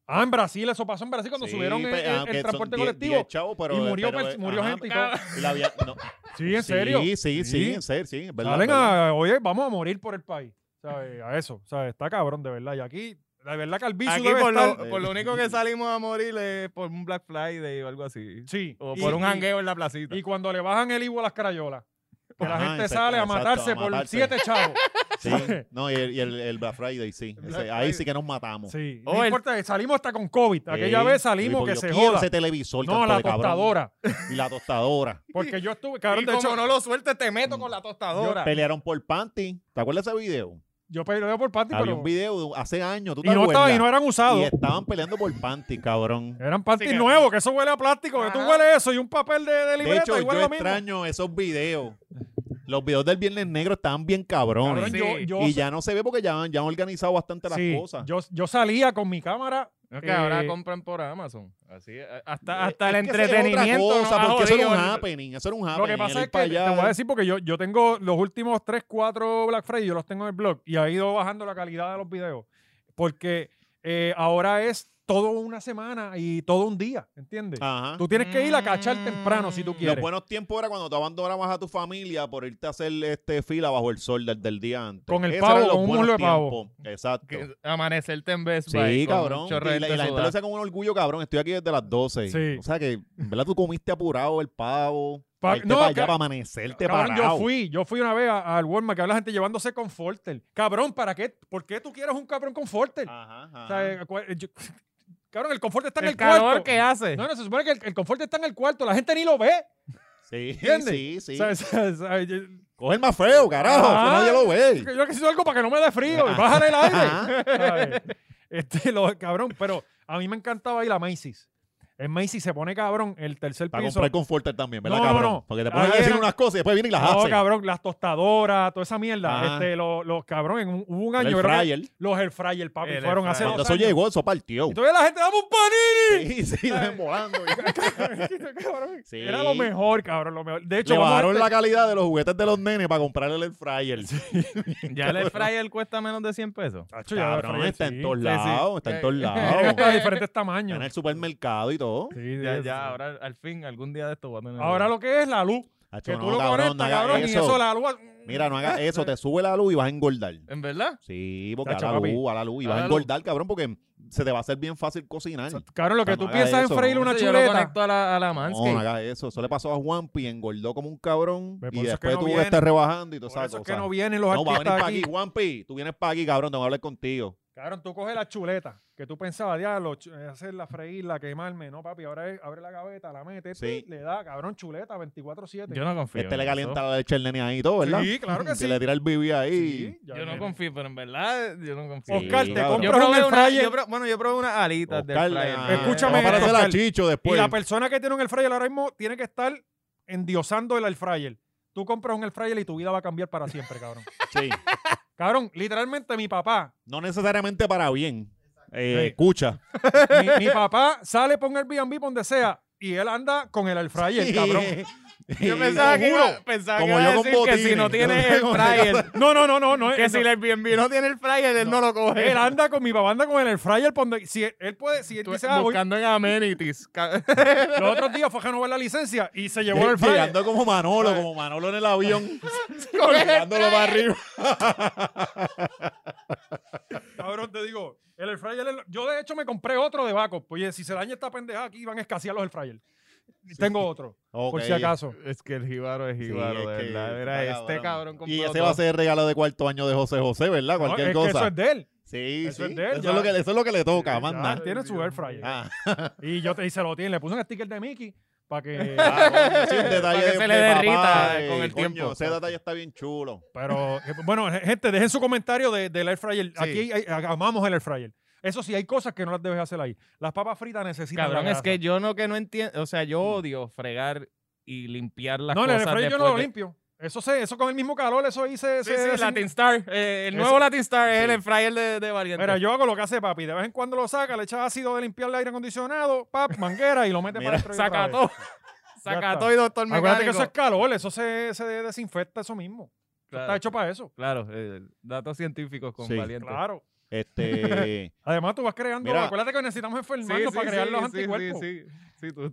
Ah, en Brasil, eso pasó en Brasil cuando Sí, subieron el- pe- el, ah, el que son transporte diez- colectivo. diez chavos, pero- y murió, pero, pers- eh, murió ajá, gente y todo. y la via- no. Sí, en serio. Sí, Sí. sí, sí, en serio, sí, es verdad, Salen verdad. a, oye, vamos a morir por el país. ¿sabes? A eso, ¿sabes? Está cabrón, de verdad. Y aquí, de verdad, Calviso Aquí debe por estar... lo, por lo único que salimos a morir es por un Black Friday o algo así. Sí. O Y- por un y- jangueo en la placita. Y cuando le bajan el Ivo a las crayolas. Que la Ajá, gente exacto, sale a exacto, matarse a por matarse. siete chavos. Sí. No, y el, y el- el Black Friday, sí. Black Ese- Friday. ahí sí que nos matamos. Sí. O no Oh, el- importa, salimos hasta con COVID. Aquella Sí. vez Sí, salimos porque que yo se quiero joda. ese televisor, No, canto la de cabrón. tostadora. Y la tostadora. Porque yo estuve, cabrón, Y de como hecho, no lo sueltes, te meto con la tostadora. Pelearon por panty. ¿Te acuerdas de ese video? yo peleo por panty, Había pero... un video de- hace años, ¿tú Y te no, estaba, acuerdas? y no eran usados. Y este- estaban peleando por panty, cabrón. Eran panties Sí, que- nuevos, que eso huele a plástico, que tú Ajá. hueles eso y un papel de, de De libreta hecho, y yo huele lo mismo. extraño esos videos. Los videos del Viernes Negro estaban bien cabrones. Cabrón, Sí. yo, yo- Y ya no se ve porque ya, han- ya han organizado bastante las sí, cosas. Yo, yo salía con mi cámara. No, que eh, ahora compran por Amazon. Así, eh, hasta, hasta Es el que esa es otra entretenimiento. cosa, nos ha porque eso era un jodido el- happening. Eso era un lo happening. que pasa el es ir que para te- te allá. voy a decir porque yo, yo tengo los últimos 3, 4 Black Friday, yo los tengo en el blog y ha ido bajando la calidad de los videos. Porque eh, ahora es todo una semana y todo un día, ¿entiendes? Ajá. Tú tienes que ir a cachar temprano si tú Los Los quieres. buenos tiempos era cuando te abandonabas a tu familia por irte a hacer este fila bajo el sol del, del día antes. Con el Esos pavo, eran los con un buenos muslo de pavo. tiempos. Exacto. que- amanecerte en Best Buy Sí, con un cabrón. Y chorro la, de y la gente gente sudada. lo hacía con un orgullo, cabrón. Estoy aquí desde las 12. Sí. O sea que, en ¿verdad? Tú comiste apurado el pavo. Pa- Pa irte no, para ca- allá, para amanecerte Cabrón, parado. yo fui, yo fui una vez a- al Walmart que había la gente llevándose Conforter. Cabrón, ¿para qué? ¿Por qué tú quieres un cabrón Conforter? Ajá, ajá. O sea, eh, cua- yo- cabrón, el confort está en el, el, calor cuarto. que hace. No, no, se supone que el, el confort está en el cuarto. La gente ni lo ve. sí, ¿entiendes? sí, sí. ¿Sabes? ¿Sabes? ¿Sabes? Yo- Coge el más feo, carajo. Ajá. que nadie lo yo ve. creo Ah, que hizo algo para que no me dé frío. y Bájale el aire. ¿Sabes? Este, lo, cabrón, pero a mí me encantaba ir a Macy's. En Macy's se pone cabrón el tercer Para piso. comprar Conforter también, ¿verdad, No, no, cabrón? no. Porque te ponen a Ahí decir era- unas cosas y después vienen y las No, hacen. cabrón, las tostadoras, toda esa mierda. Ajá. Este, los, los cabrón, en un, hubo un Era año, el yo creo que fryer. los air fryer, papi, El fueron air hace fryer. Cuando dos eso años. llegó, eso partió. Y todavía la gente, ¡dame un panini! Sí, sí, desmolando. Cabrón, Sí. Era lo mejor, cabrón, lo mejor. De hecho, Le vamos a bajaron este- la calidad de los juguetes de los nenes para comprarle el air fryer. Ya el air fryer cuesta menos de 100 pesos. Tacho, ya la Ah, Cabrón, fregué, está sí. Eh, en todos sí. lados, está en todos lados. Está Está de diferentes en tamaños. el supermercado y todo. Sí, Ya, sí, sí. ya, ahora al fin, algún día de esto voy a tener. Ahora lo que es la luz. Hacho, Que no, tú lo cabrón, no conectas, hagas cabrón, y eso. eso la luz. Mira, no hagas eso, te sube la luz y vas a engordar. ¿En verdad? Sí, porque Tacho, a la papi. luz, a la luz, y A vas la a luz. engordar, cabrón, porque se te va a hacer bien fácil cocinar. Cabrón, lo que No tú hagas piensas eso, en freír no. una Eso Yo lo chuleta. conecto a la, a la No, Manscaped. no hagas eso. Eso le pasó a Juanpi, engordó como un cabrón. Ve, por Y eso es que después no tú viene. estás rebajando y Por todas esas eso es cosas. que no vienen los No, va a venir artistas para aquí. aquí, Juanpi. Tú vienes para aquí, cabrón, tengo que hablar contigo. Cabrón, tú coges la chuleta que tú pensabas, diablo, ch- eh, hacerla, freírla, quemarme. No, papi, ahora es, abre la gaveta, la metes, Sí. ¡tuit! le da, cabrón, chuleta 24-7. Yo no confío. Este en le eso. calienta la leche al nene ahí y todo, ¿verdad? Sí, claro que sí. Se le tira el bibi ahí. Sí, ya Yo no viene. confío, pero en verdad yo no confío. Oscar, te cabrón. Yo compras un probé air una- fryer. yo pro- bueno, yo probé unas alitas de Oscar, fryer. ah, Escúchame vamos a esto, parecer a Oscar. Chicho Y después. Pues la persona que tiene un air fryer ahora mismo tiene que estar endiosando el air fryer. Tú compras un air fryer y tu vida va a cambiar para siempre, cabrón. Sí. Cabrón, literalmente mi papá, No necesariamente para bien. Eh, Sí. Escucha. mi, mi papá sale por un Airbnb por donde sea y él anda con el air fryer, cabrón. Yo pensaba Te que, juro. iba- pensaba que Como iba a yo con decir que si botines. no tiene Yo el con- fryer, No, no, no, no, no. que no. si el Airbnb no tiene el fryer, él no, lo coge. Él anda con mi papá anda con el air fryer por donde si él, él puede, si él Tú- dice, ah, voy- buscando en amenities. ca- los otros días fue a renovar la licencia y se llevó el air fryer. Llegando como Manolo, como Manolo en el avión. Con el Llegándolo para arriba. Cabrón, te digo, el air fryer, es lo- yo de hecho me compré otro de Baco. Oye, si se daña esta pendeja aquí van a escasear los air fryer. Tengo otro, por Ok, si acaso. Es que el jíbaro es jíbaro, es de que verdad. está Era cabrón. este cabrón compró Y ese todo. va a ser el regalo de cuarto año de José José, ¿verdad? No, Cualquier es que cosa. eso es de él. Sí, Eso sí. es de él, eso, ya. es lo que, eso es lo que le toca, Ya, manda. tiene su air fryer. Ah, Y yo te y se lo tiene. Le puse un sticker de Mickey para que. ah, sí, un detalle que de- se le de derrita papá, con eh, el coño, tiempo. Ese detalle está bien chulo. Pero eh, bueno, gente, dejen su comentario de- del air fryer. Aquí hay- hay- amamos el air fryer. Eso sí, hay cosas que no las debes hacer ahí. Las papas fritas necesitan. Cabrón, la es que grasa. yo no que no entiendo, o sea, yo odio fregar y limpiar las No, en el cosas air fryer yo después no lo de- limpio. Eso se, eso con el mismo calor, eso ahí se. Sí, se sí, desin- Latin Star, eh, el Eso- nuevo Latin Star es el air fryer de, de Valiente. Mira, yo hago lo que hace papi. De vez en cuando lo saca, le echas ácido de limpiar el aire acondicionado, pap, manguera y lo mete para Mira, dentro. y otra Saca vez. todo. Ya Saca está. todo y doctor Acuérdate que mecánico. eso es calor, eso se, se desinfecta eso mismo. Está Claro, hecho para eso. claro, eh, datos científicos con Sí. Valiente. Claro. Este, Además, tú vas creando. Mira. acuérdate que necesitamos Sí, enfermarnos sí, para crear sí, los sí, anticuerpos. Sí, sí, sí, tú-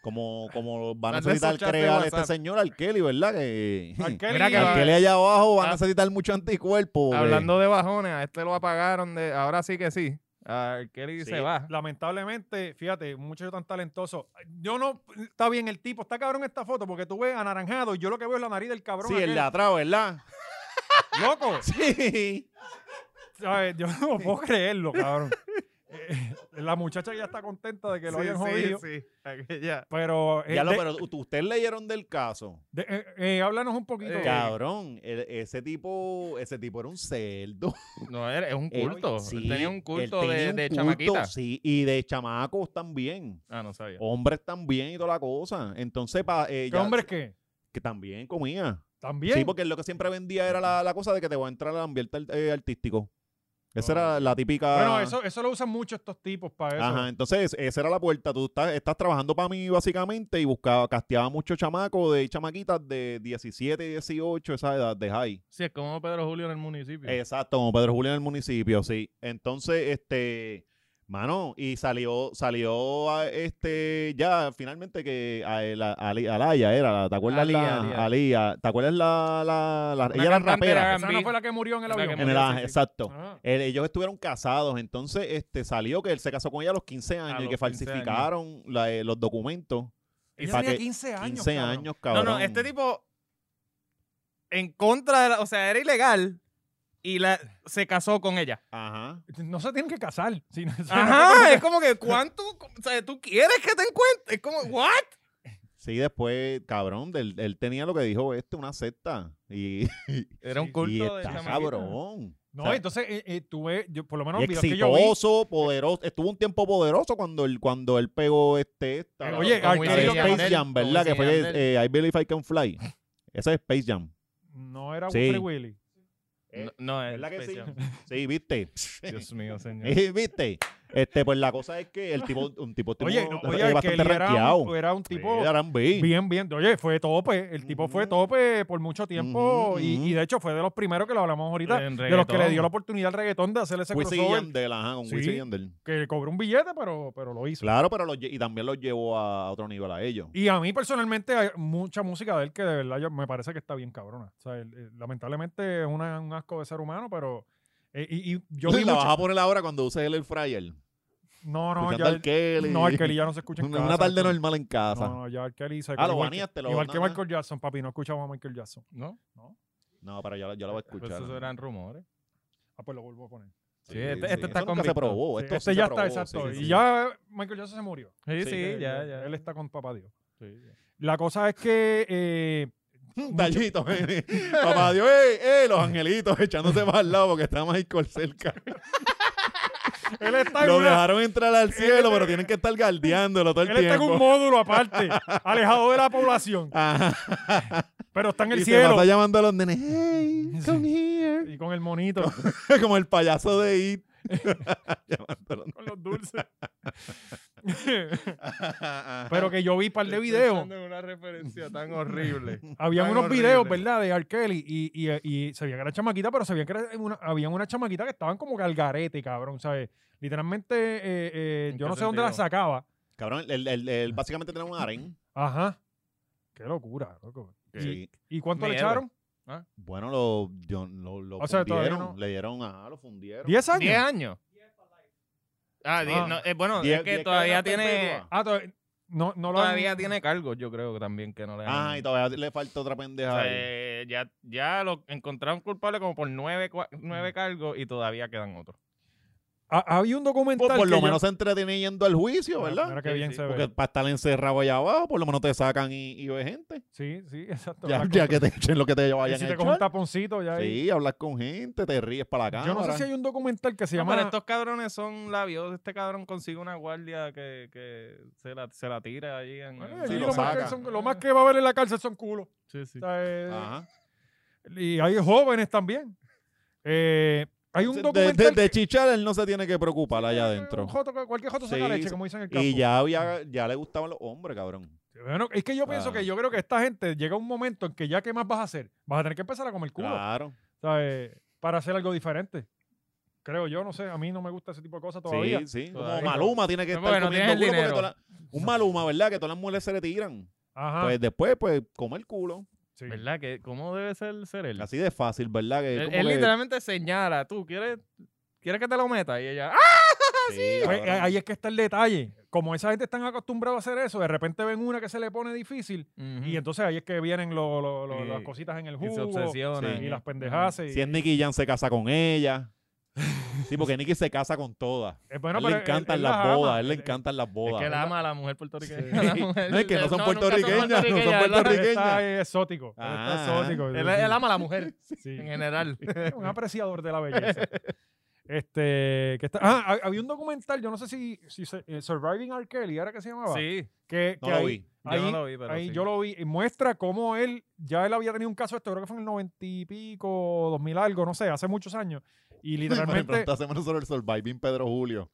como, como van a Manda esos necesitar chats de crear este WhatsApp. señor al Kelly, ¿verdad? Que, Al Kelly, Mira que al va- Kelly allá abajo van a Ah. necesitar mucho anticuerpo. porque- Hablando de bajones, a este lo apagaron de. Ahora sí que sí. A Kelly Sí. se va. lamentablemente, fíjate, un muchacho tan talentoso. Yo no, está bien el tipo, está cabrón esta foto porque tú ves anaranjado y yo lo que veo es la nariz del cabrón. Sí, el aquel. de atrás, ¿verdad? Loco, Sí. ¿sabes? yo no puedo creerlo, cabrón. Eh, la muchacha ya está contenta de que lo Sí, hayan sí, jodido. sí. Aquella- Pero, eh, Ya lo, Este- de- pero u- ustedes leyeron del caso. de- eh, eh, háblanos un poquito. Eh, Cabrón, el- ese tipo, ese tipo era un cerdo. No, era- es un Él- culto. Él sí, tenía un él culto tenía de, un de culto, chamaquitas. Sí, y de chamacos también. Ah, no sabía. Hombres también y toda la cosa. Entonces, pa, eh, ¿Qué ya- hombres qué? que también comía. También. Sí, porque él lo que siempre vendía era la, la cosa de que te voy a entrar al ambiente art- eh, artístico. Esa Oh. era la típica. ah. bueno, eso, eso lo usan mucho estos tipos para eso. Ajá, entonces esa era la puerta. Tú estás, estás trabajando para mí básicamente y buscaba, casteaba mucho chamaco de chamaquitas de 17, 18, esa edad de high. Sí, es como Pedro Julio en el municipio. Exacto, como Pedro Julio en el municipio, sí. Entonces, este, mano, y salió, salió a- este, ya finalmente que a, la- Ali- Alaya era, ¿te acuerdas Alía, la Alía. Alía, ¿Te acuerdas la, la, la- ella era cantante de rapera? Esa no R&B. fue la que murió en el La que avión. Ah, En el- sí, sí. Exacto. Ajá. Él- ellos estuvieron casados, entonces este salió que él se casó con ella a los 15 años y los que 15 falsificaron la- eh, los documentos. Ella pa' tenía que- 15 años. 15 cabrón. años, No, cabrón. no, este tipo en contra de la, o sea, era ilegal y la se casó con ella. Ajá. No se tienen que casar. si no- Ajá, eh. es como que cuánto, o sea, tú quieres que te encuentres, es como what? Sí, después, cabrón, del- él, tenía lo que dijo este, una secta. Y, Era un y culto de está chamaquita. cabrón. No, O sea, entonces eh, eh, tuve, yo, por lo menos y los videos que yo vi. exitoso, poderoso. Estuvo un tiempo poderoso cuando él, cuando él pegó este, esta. Oye, la al- de Wisin y Space Jam, ¿verdad? Que fue el eh, I Believe I Can Fly. Esa es Space Jam. No era Sí. Free Willy. No, Eh, no, es ¿Verdad que sí? especial. Sí, viste. Dios mío, señor. Eh, ¿Viste? Este, pues la cosa es que el tipo, un tipo, estuvo Oye, no, eh, oye, que bastante él era rankeado. un, era un tipo Sí, Aran B. bien, bien. Oye, fue tope. El tipo fue Ujú. tope por mucho tiempo. Ujú, y, ujú. y de hecho fue de los primeros que lo hablamos ahorita. En De los que le reggaetón. dio la oportunidad al reggaetón de hacer ese Wisin y crossover. Yandel, ajá, con Sí. Wisin y Yandel. Que cobró un billete, pero, pero lo hizo. Claro, pero los lle- y también los llevó a otro nivel a ellos. Y a mí personalmente hay mucha música de él que de verdad yo- me parece que está bien cabrona. O sea, él, eh, lamentablemente es una- un asco de ser humano, pero... eh, y, y yo vi la mucha- vas a poner ahora cuando uses el air fryer. No, no, Escuchando ya... al Kelly. No, el Kelly ya no se escucha en Una, casa. una tarde eso- normal en casa. No, no, ya el Kelly se Ah, lo igual que- baneaste, lo- Igual nada que más. Michael Jackson, papi, no escuchamos a Michael Jackson. ¿No? No, pero ya, la- ya la va a Pues escuchar. esos eran rumores. Ah, pues lo vuelvo a poner. Sí, este- este está Eso nunca se convicto. probó. Sí, Pues Esto este sí ya se está, probó, sí, exacto. sí, y sí. ya Michael Jackson se murió. Sí, Sí, sí, que- ya, ya. Él está con papá Dios. Sí, ya. La cosa es que... eh, Mm, Tallito, eh. papá Dios, eh, eh, los angelitos echándose para al lado porque está Michael cerca. él está en Lo una- dejaron entrar Eh, al cielo, pero tienen que estar guardiándolo todo el Él está en tiempo. un módulo aparte, alejado de la población, Ajá. pero está en el y se cielo. pasa llamando a los nenes, hey, come here. Y con el monito, Como el payaso de It. Llamándolo. con los dulces. Pero que yo vi un par de Estoy videos. pensando en una referencia tan horrible. Habían Tan unos videos, horrible. ¿verdad? De R. Kelly y, y, eh, y se veía que era chamaquita, pero se veía que era una, habían unas chamaquitas que estaban como galgarete, cabrón, ¿sabes? Literalmente, eh, eh, ¿En yo qué no sé dónde las sentido? sacaba. Cabrón, el, el- el- básicamente tenía un harén. Ajá. Qué locura, loco. Sí. ¿Y cuánto Mi le héroe. echaron? Bueno, lo, yo- lo, lo O sea, todavía fundieron, no. le dieron, ajá, lo fundieron. ¿Diez años? 10 años. Ah, diez- Ah. no, eh, bueno, Diez- es que diez todavía cadenas tiene perpetuas. Ah, todavía- no, no lo han- todavía tiene cargos, yo creo que también que no le han Ajá, Ah, y todavía le falta otra pendeja. O sea, ahí. eh, ya, ya lo encontraron culpable como por nueve, cua- nueve cargos y todavía quedan otros. ha- había un documental. Pues, Por, por que lo yo- menos se entretiene yendo al juicio, Mira- ¿verdad? Mira qué Sí, bien sí. se ve. Porque para estar encerrado allá abajo, por lo menos te sacan y, y ve gente. Sí, sí, exacto. Ya, Hablar ya con- que te echen lo que te y vayan si a te coges un echar. taponcito ya ahí. Sí, hablar con gente, te ríes para la cámara. Yo no sé si hay un documental que se No, llama... pero estos cabrones son labios. Este cabrón consigue una guardia que, que se, la, se la tira allí en. Bueno, en- allí Sí, lo, lo más que saca. son- lo más que va a haber en la cárcel son culos. Sí, sí. O sea, eh, Ajá. Y hay jóvenes también. Eh, hay un de, documental... de- que- de chichar él no se tiene que preocupar allá eh, adentro. un joto- cualquier joto saca Sí, leche, sí. como dicen en el campo. Y ya había, ya le gustaban los hombres, cabrón. Bueno, es que yo pienso Claro. que yo creo que esta gente llega un momento en que ya qué más vas a hacer. Vas a tener que empezar a comer culo. Claro. ¿sabes? Para hacer algo diferente. Creo yo, no sé. A mí no me gusta ese tipo de cosas todavía. Sí, sí. Todavía. Como Maluma tiene que No, estar porque no tienes comiendo el culo dinero. porque todas las- un Maluma, ¿verdad? Que todas las mujeres se le tiran. Ajá. Pues después, pues, come el culo. sí. ¿Verdad? Que, ¿Cómo debe ser, ser él? Así de fácil, ¿verdad? Que es él como él que- literalmente señala. Tú quieres, quieres que te lo meta y ella. ¡Ah! Sí, Pues, cabrón. ahí es que está el detalle. Como esa gente están acostumbrados a hacer eso, de repente ven una que se le pone difícil y entonces ahí es que vienen lo- lo- lo- Mm. Sí. las cositas en el Y se jugo obsesiona. Mm. Sí. y las pendejas. y- Si es Nicky Jan se casa con ella. Sí, porque Nicky se casa con todas. Eh, bueno, a él le pero él- encantan él las ama. bodas, a él le Él- encantan las Es bodas. que él ama a la mujer puertorriqueña. Sí. La mujer- No, es que no son nunca puertorriqueñas, no son ¿verdad? él puertorriqueñas. está eh, exótico. él Ah. está exótico. Él, él ama a la mujer Sí. en general. un apreciador de la belleza. Este, que está, ah, ha- había un documental, yo no sé si, si se- eh, Surviving R. Kelly, ¿era que se llamaba? Sí, Que, No que lo ahí- vi. yo ahí- no lo vi, pero ahí sí. yo lo vi. Y muestra cómo él, ya él había tenido un caso de esto, creo que fue en el noventa y pico, dos mil algo, no sé, hace muchos años. Y Me literalmente, preguntaste hacemos sobre el Surviving Pedro Julio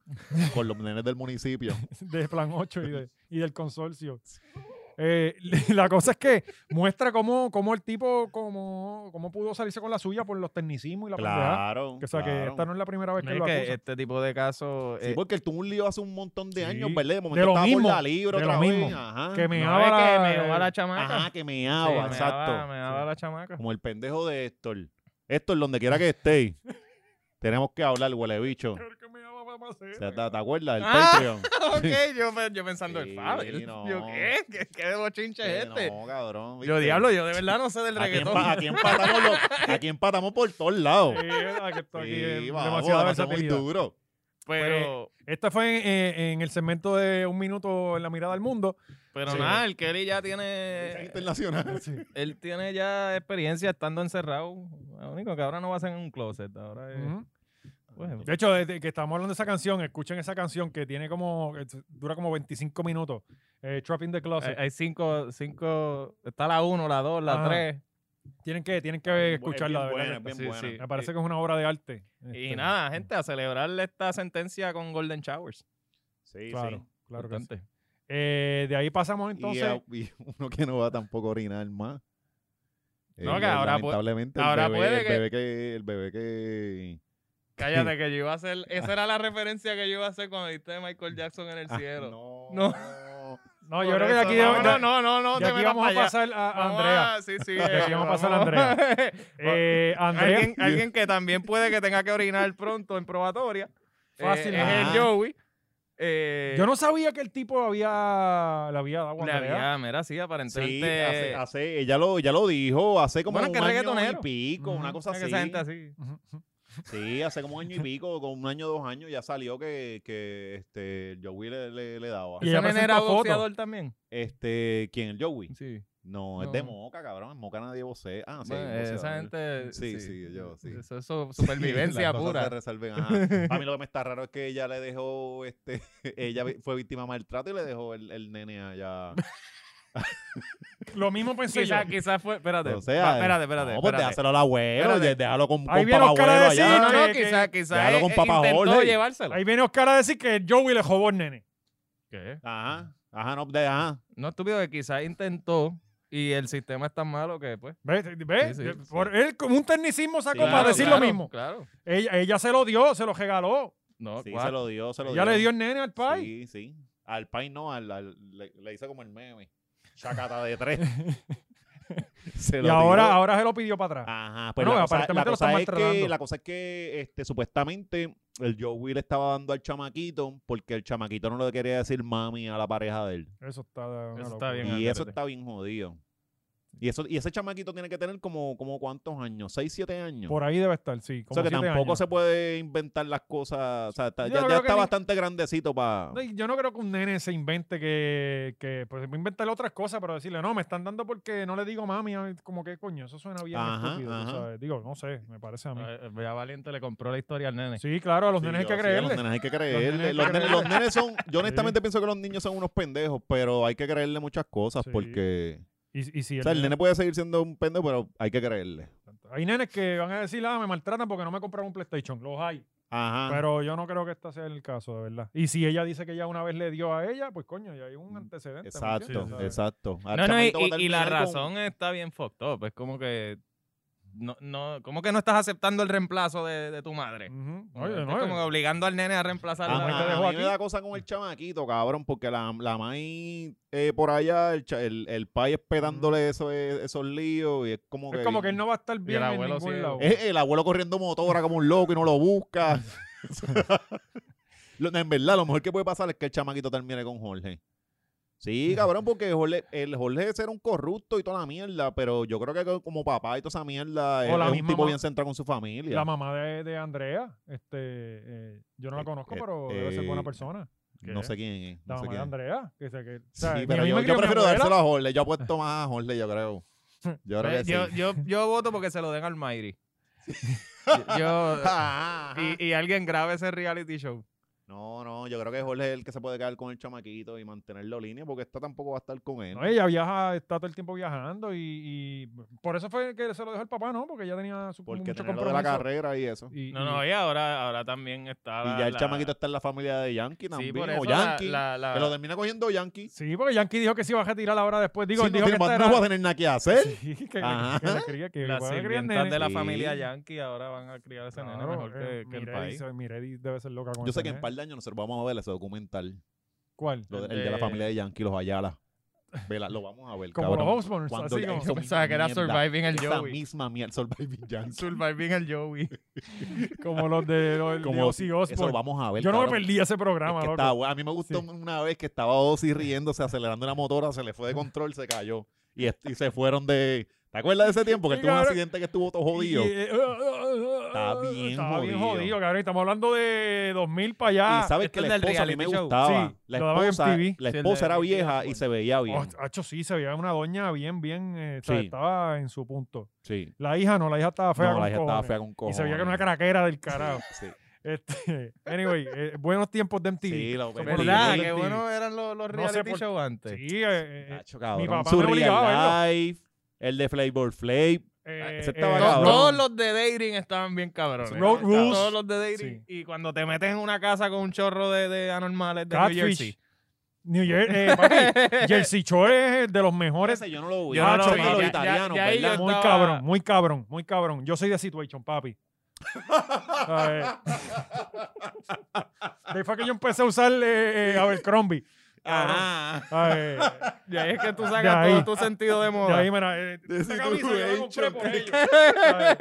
con los nenes del municipio. de Plan 8 y, de- y del consorcio. Eh, la cosa es que muestra cómo, cómo el tipo, cómo, cómo pudo salirse con la suya por los tecnicismos y la pendeja. Claro. Que, o sea, que claro. esta no es la primera vez que No, es lo que acusa. este tipo de casos. Sí, eh, porque él tuvo un lío hace un montón de Sí. años, ¿verdad? De momento lo estaba mismo, por la libre de otra lo vez. mismo. Ajá. que me no es abra que me va la chamaca. Ajá, que me Sí, agua, me Ah, exacto. daba- me daba la chamaca. Como el pendejo de Héctor. Héctor, donde quiera que estéis, tenemos que hablar, huele bicho. O sea, ¿Te, te acuerdas del Ah, Patreon? ok, yo, pe- yo pensando Sí, el Faber. no. Yo, ¿qué? ¿Qué, qué de bochinche es Que este? No, cabrón. yo, ¿viste? diablo, yo de verdad no sé del Aquí, reggaetón. empa- aquí empatamos los- aquí empatamos por todos lados. Sí, es verdad que esto aquí es Sí, vamos, demasiada demasiado muy versatilidad. duro. Pero, Esta fue en, eh, en el segmento de Un Minuto en la Mirada al Mundo. pero Sí. nada, el Kelly ya tiene. Internacional. Él tiene ya experiencia estando encerrado. Lo único que ahora no va a ser en un closet. Ahora es. Ujú. pues, De hecho, desde que estamos hablando de esa canción, escuchen esa canción que tiene como es- dura como 25 minutos. Eh, Trap in the hay, Closet. hay cinco, cinco. Está la uno, la dos, la Ajá. tres. Tienen que, tienen que Ah, Es bien escucharla. de verdad buena, que- es bien Sí, buena. sí. Me parece que es una obra de arte. Y Este, nada, gente, a celebrarle esta sentencia con Golden Showers. Sí, Claro, sí. claro que sí. Importante. Eh, de ahí pasamos Y, entonces. ah, Y, uno que no va tampoco a orinar más. Eh, No, que ahora pu- lamentablemente, el ahora bebé- puede el que- bebé que. El bebé que. Cállate, que yo iba a hacer. Esa era la referencia que yo iba a hacer cuando viste Michael Jackson en el Ah, cielo. no. No. no, yo Por creo que de eso, aquí, no, de- no, no, no, no, de te aquí metas vamos pa' a allá. pasar a, a Vamos Andrea. a- sí, sí. De aquí eh, vamos a pasar a Eh, Andrea. alguien, alguien que también puede que tenga que orinar pronto en probatoria. eh, Fácil. es el Ajá. Joey. Eh, Yo no sabía que el tipo había, le había dado Le Andrea. había, mira, sí, aparentemente. Sí, hace, hace- ella, lo, ella lo dijo hace como Bueno, que un es año y reggaetonero. pico, Ujú. una cosa mira que así. esa gente así. Ujú. Sí, hace como un año y pico, con un año, dos años, ya salió que, que este, el Joey le, le, le daba. Y Ese ella nene presentó era fotos. boxeador también. Este, ¿quién? ¿El Joey? Sí. No, es de No. Moca, cabrón. En Moca nadie vocea. Ah, sí. Bueno, vocea, esa ¿verdad? gente. Sí, sí, yo, sí. Eso es su- Sí, supervivencia las cosas pura. se resuelven, ajá. A mí lo que me está raro es que ella le dejó, este, ella vi- fue víctima de maltrato y le dejó el, el nene allá. Lo mismo pensé yo. Quizás quizá fue. Espérate. O sea, va, espérate, espérate. no, pues espérate. déjaselo al abuelo, Espérate. de- déjalo con, con Ahí viene papá Oscar a abuelo decir, allá. No, no, que- quizás, eh, Déjalo quizás. con papá Jorge. llevárselo. Ahí viene Oscar a decir que Joey le robó el nene. ¿Qué? Ajá, ajá, no, de, ajá. No, estúpido, que quizás intentó y el sistema es tan malo que pues. ¿Ves? ¿Ves? Sí, sí, sí. Por él, como un tecnicismo sacó Claro, para decir lo claro. mismo. Claro. Ella, ella se lo dio, se lo regaló. No, Sí, cuatro. se lo dio, se lo Ella le dio el nene al pai. Sí, sí. Al pai no, al, al- le, le hizo como el meme. Chacata de tres. Se y lo ahora, dio. ahora se lo pidió para atrás. Ajá, pues Bueno, la, cosa, aparentemente la lo cosa están es que, maltratando. la cosa es que este, supuestamente el Joey le estaba dando al chamaquito porque el chamaquito no le quería decir mami a la pareja de él. Eso está, de una Eso está locura. bien. y eso algarete. está bien jodido. Y, eso, y ese chamaquito tiene que tener como, como cuántos años, 6, 7 años. Por ahí debe estar, sí. o Como sea que siete tampoco años. se puede inventar las cosas. O sea, está- Yo ya, no ya creo que está ni- bastante grandecito para. No, y Yo no creo que un nene se invente que, que pues, va a inventar otras cosas para decirle, no, me están dando porque no le digo mami, ay, como que coño, eso suena bien Ajá, estúpido, tú ajá. sabes. Digo, no sé, me parece a mí. Eh, Vea Valiente le compró la historia al nene. Sí, claro, a los Sí, nenes hay yo- que sí, creerle. Los nenes hay que nenes hay creerle. que Los nenes, creerle. los nenes son. Yo honestamente pienso que los niños son unos pendejos, pero hay que creerle muchas cosas Sí. porque. Y, y si el O sea, el nene- nene puede seguir siendo un pendejo, pero hay que creerle. Hay nenes que van a decir, ah, me maltratan porque no me compraron un PlayStation. Los hay. Ajá. Pero yo no creo que este sea el caso, de verdad. Y si ella dice que ya una vez le dio a ella, pues coño, ya hay un antecedente. ¿me Mm. exacto, entiendes? O sea, exacto. Al No, no, y, chamaquito va a y- y la terminar con- razón está bien fucked up. Es como que. No, no, como que no estás aceptando el reemplazo de, de tu madre. ujú. Como Oye, que no, estás como que eh, obligando al nene a reemplazar Ajá. la Ahí te Ajá, dejo a mí aquí. me da cosa con el chamaquito, cabrón, porque la, la maíz eh, por allá, el, cha- el, el país pedándole eso, eh, esos líos y es como que... es como que él no va a estar bien en abuelo ningún sí es- lado. Es Eh, el abuelo corriendo motora como un loco y no lo busca. Lo- en verdad, lo mejor que puede pasar es que el chamaquito termine con Jorge. Sí, Mm. cabrón, porque Jorge, el Jorge ese era un corrupto y toda la mierda, pero yo creo que como papá y toda esa mierda, O él la es un misma tipo ma- bien centrado con su familia. La mamá de, de Andrea, este, eh, yo no la Eh, conozco, eh, pero debe ser buena eh, persona. no sé quién es. La no mamá sé de quién es. Andrea. Que, se- que, o Sí, sea, ni a pero mí yo, me yo crió mi prefiero abuela. dárselo a Jorge. Yo apuesto más a Jorge, yo creo. Yo creo que sí. Eh, yo, yo, yo voto porque se lo den al Mayri. Yo- yo- Ajá, ajá. y, y alguien grabe ese reality show. No, no, yo creo que Jorge es el que se puede quedar con el chamaquito y mantenerlo línea porque esta tampoco va a estar con él. No, ella viaja, está todo el tiempo viajando y, y por eso fue que se lo dejó el papá, ¿no? Porque ella tenía su porque mucho tiene lo de la compromiso. carrera y eso. Y, Y- No, y- no, y ahora, ahora también está. la- ya el la- chamaquito está en la familia de Yankee Sí, también. por o eso la- Yankee. la- la- Que lo termina cogiendo Yankee. Sí, porque Yankee dijo que se iba a retirar ahora después. Digo, Sí, no, dijo que tiene más- esta no era- va a tener nada que hacer. Sí, que, que- Ajá. que la cría, que Las pueda criar sirvientas de nene. la Sí. familia Yankee ahora van a criar a ese nene Claro, mejor que, eh, que el Mireille país. se- Mireille debe ser loca con Yo sé ese que en nene. un par de años nosotros vamos a ver ese documental. ¿Cuál? lo de- El el de la de- familia de Yankee, los Ayala. Vela, lo vamos a ver, Como cabrón. los Osborns, Cuando así ya- como- eso- Yo pensaba que era mierda. Surviving el Esa Joey. misma mierda, Surviving Yankee. Surviving el Joey. como los de, los de Como Ozzy Osbourne. Eso lo vamos a ver. Yo no me cabrón. perdí ese programa, Es que loco. estaba bueno. A mí me gustó Sí. una vez que estaba Ozzy riéndose, acelerando una motora, se le fue de control, se cayó. Y, est- y se fueron de. ¿Te acuerdas de ese tiempo que Sí, él tuvo un cabrón. accidente que estuvo todo jodido? Y, eh, Está bien estaba bien jodido. jodido, cabrón. Estamos hablando de 2000 para allá. Y sabes esto que es la del esposa a mí me reality show. gustaba. Sí, la lo daban en esposa, MTV. la Sí, el esposa de era Ricky vieja y Osborne. se veía bien. Oh, hacho, sí, se veía una doña bien, bien. eh, o sea, Sí. Estaba en su punto. sí. La hija no, la hija estaba fea. No, con la hija estaba cojones. fea con Y cojones. se veía que era una craquera del carajo. Sí, Este, anyway, eh, buenos tiempos de MTV. sí lo Somos ¿Verdad? los Qué reality. bueno eran los, los No sé reality por- show este, antes. Sí, eh, eh, Nacho, cabrón. Mi papá Su me obligaba a Real Life, el de Flavor Flav. eh, Ah, ese estaba eh, To- cabrón. Todos los de dating estaban bien cabrones. Road rules. Todos los de dating. Sí. Y cuando te metes en una casa con un chorro de, de anormales de New Catfish. Jersey. New Jersey. Eh, papi, Jersey Shore es el de los mejores. Ese yo no lo vi. Yo no Nacho, lo que vi, los ya- italianos, ya- ya ahí ¿verdad? yo Muy estaba- cabrón, muy cabrón, muy cabrón. Yo soy de Situation, papi. A ver. Ahí fue que yo empecé a usar eh, eh, Abercrombie. Ajá. A ver, Y ahí es que tú De sacas ahí. todo tu sentido de de moda. ahí, mira, eh, esta camisa yo la compré por ellos. A ver,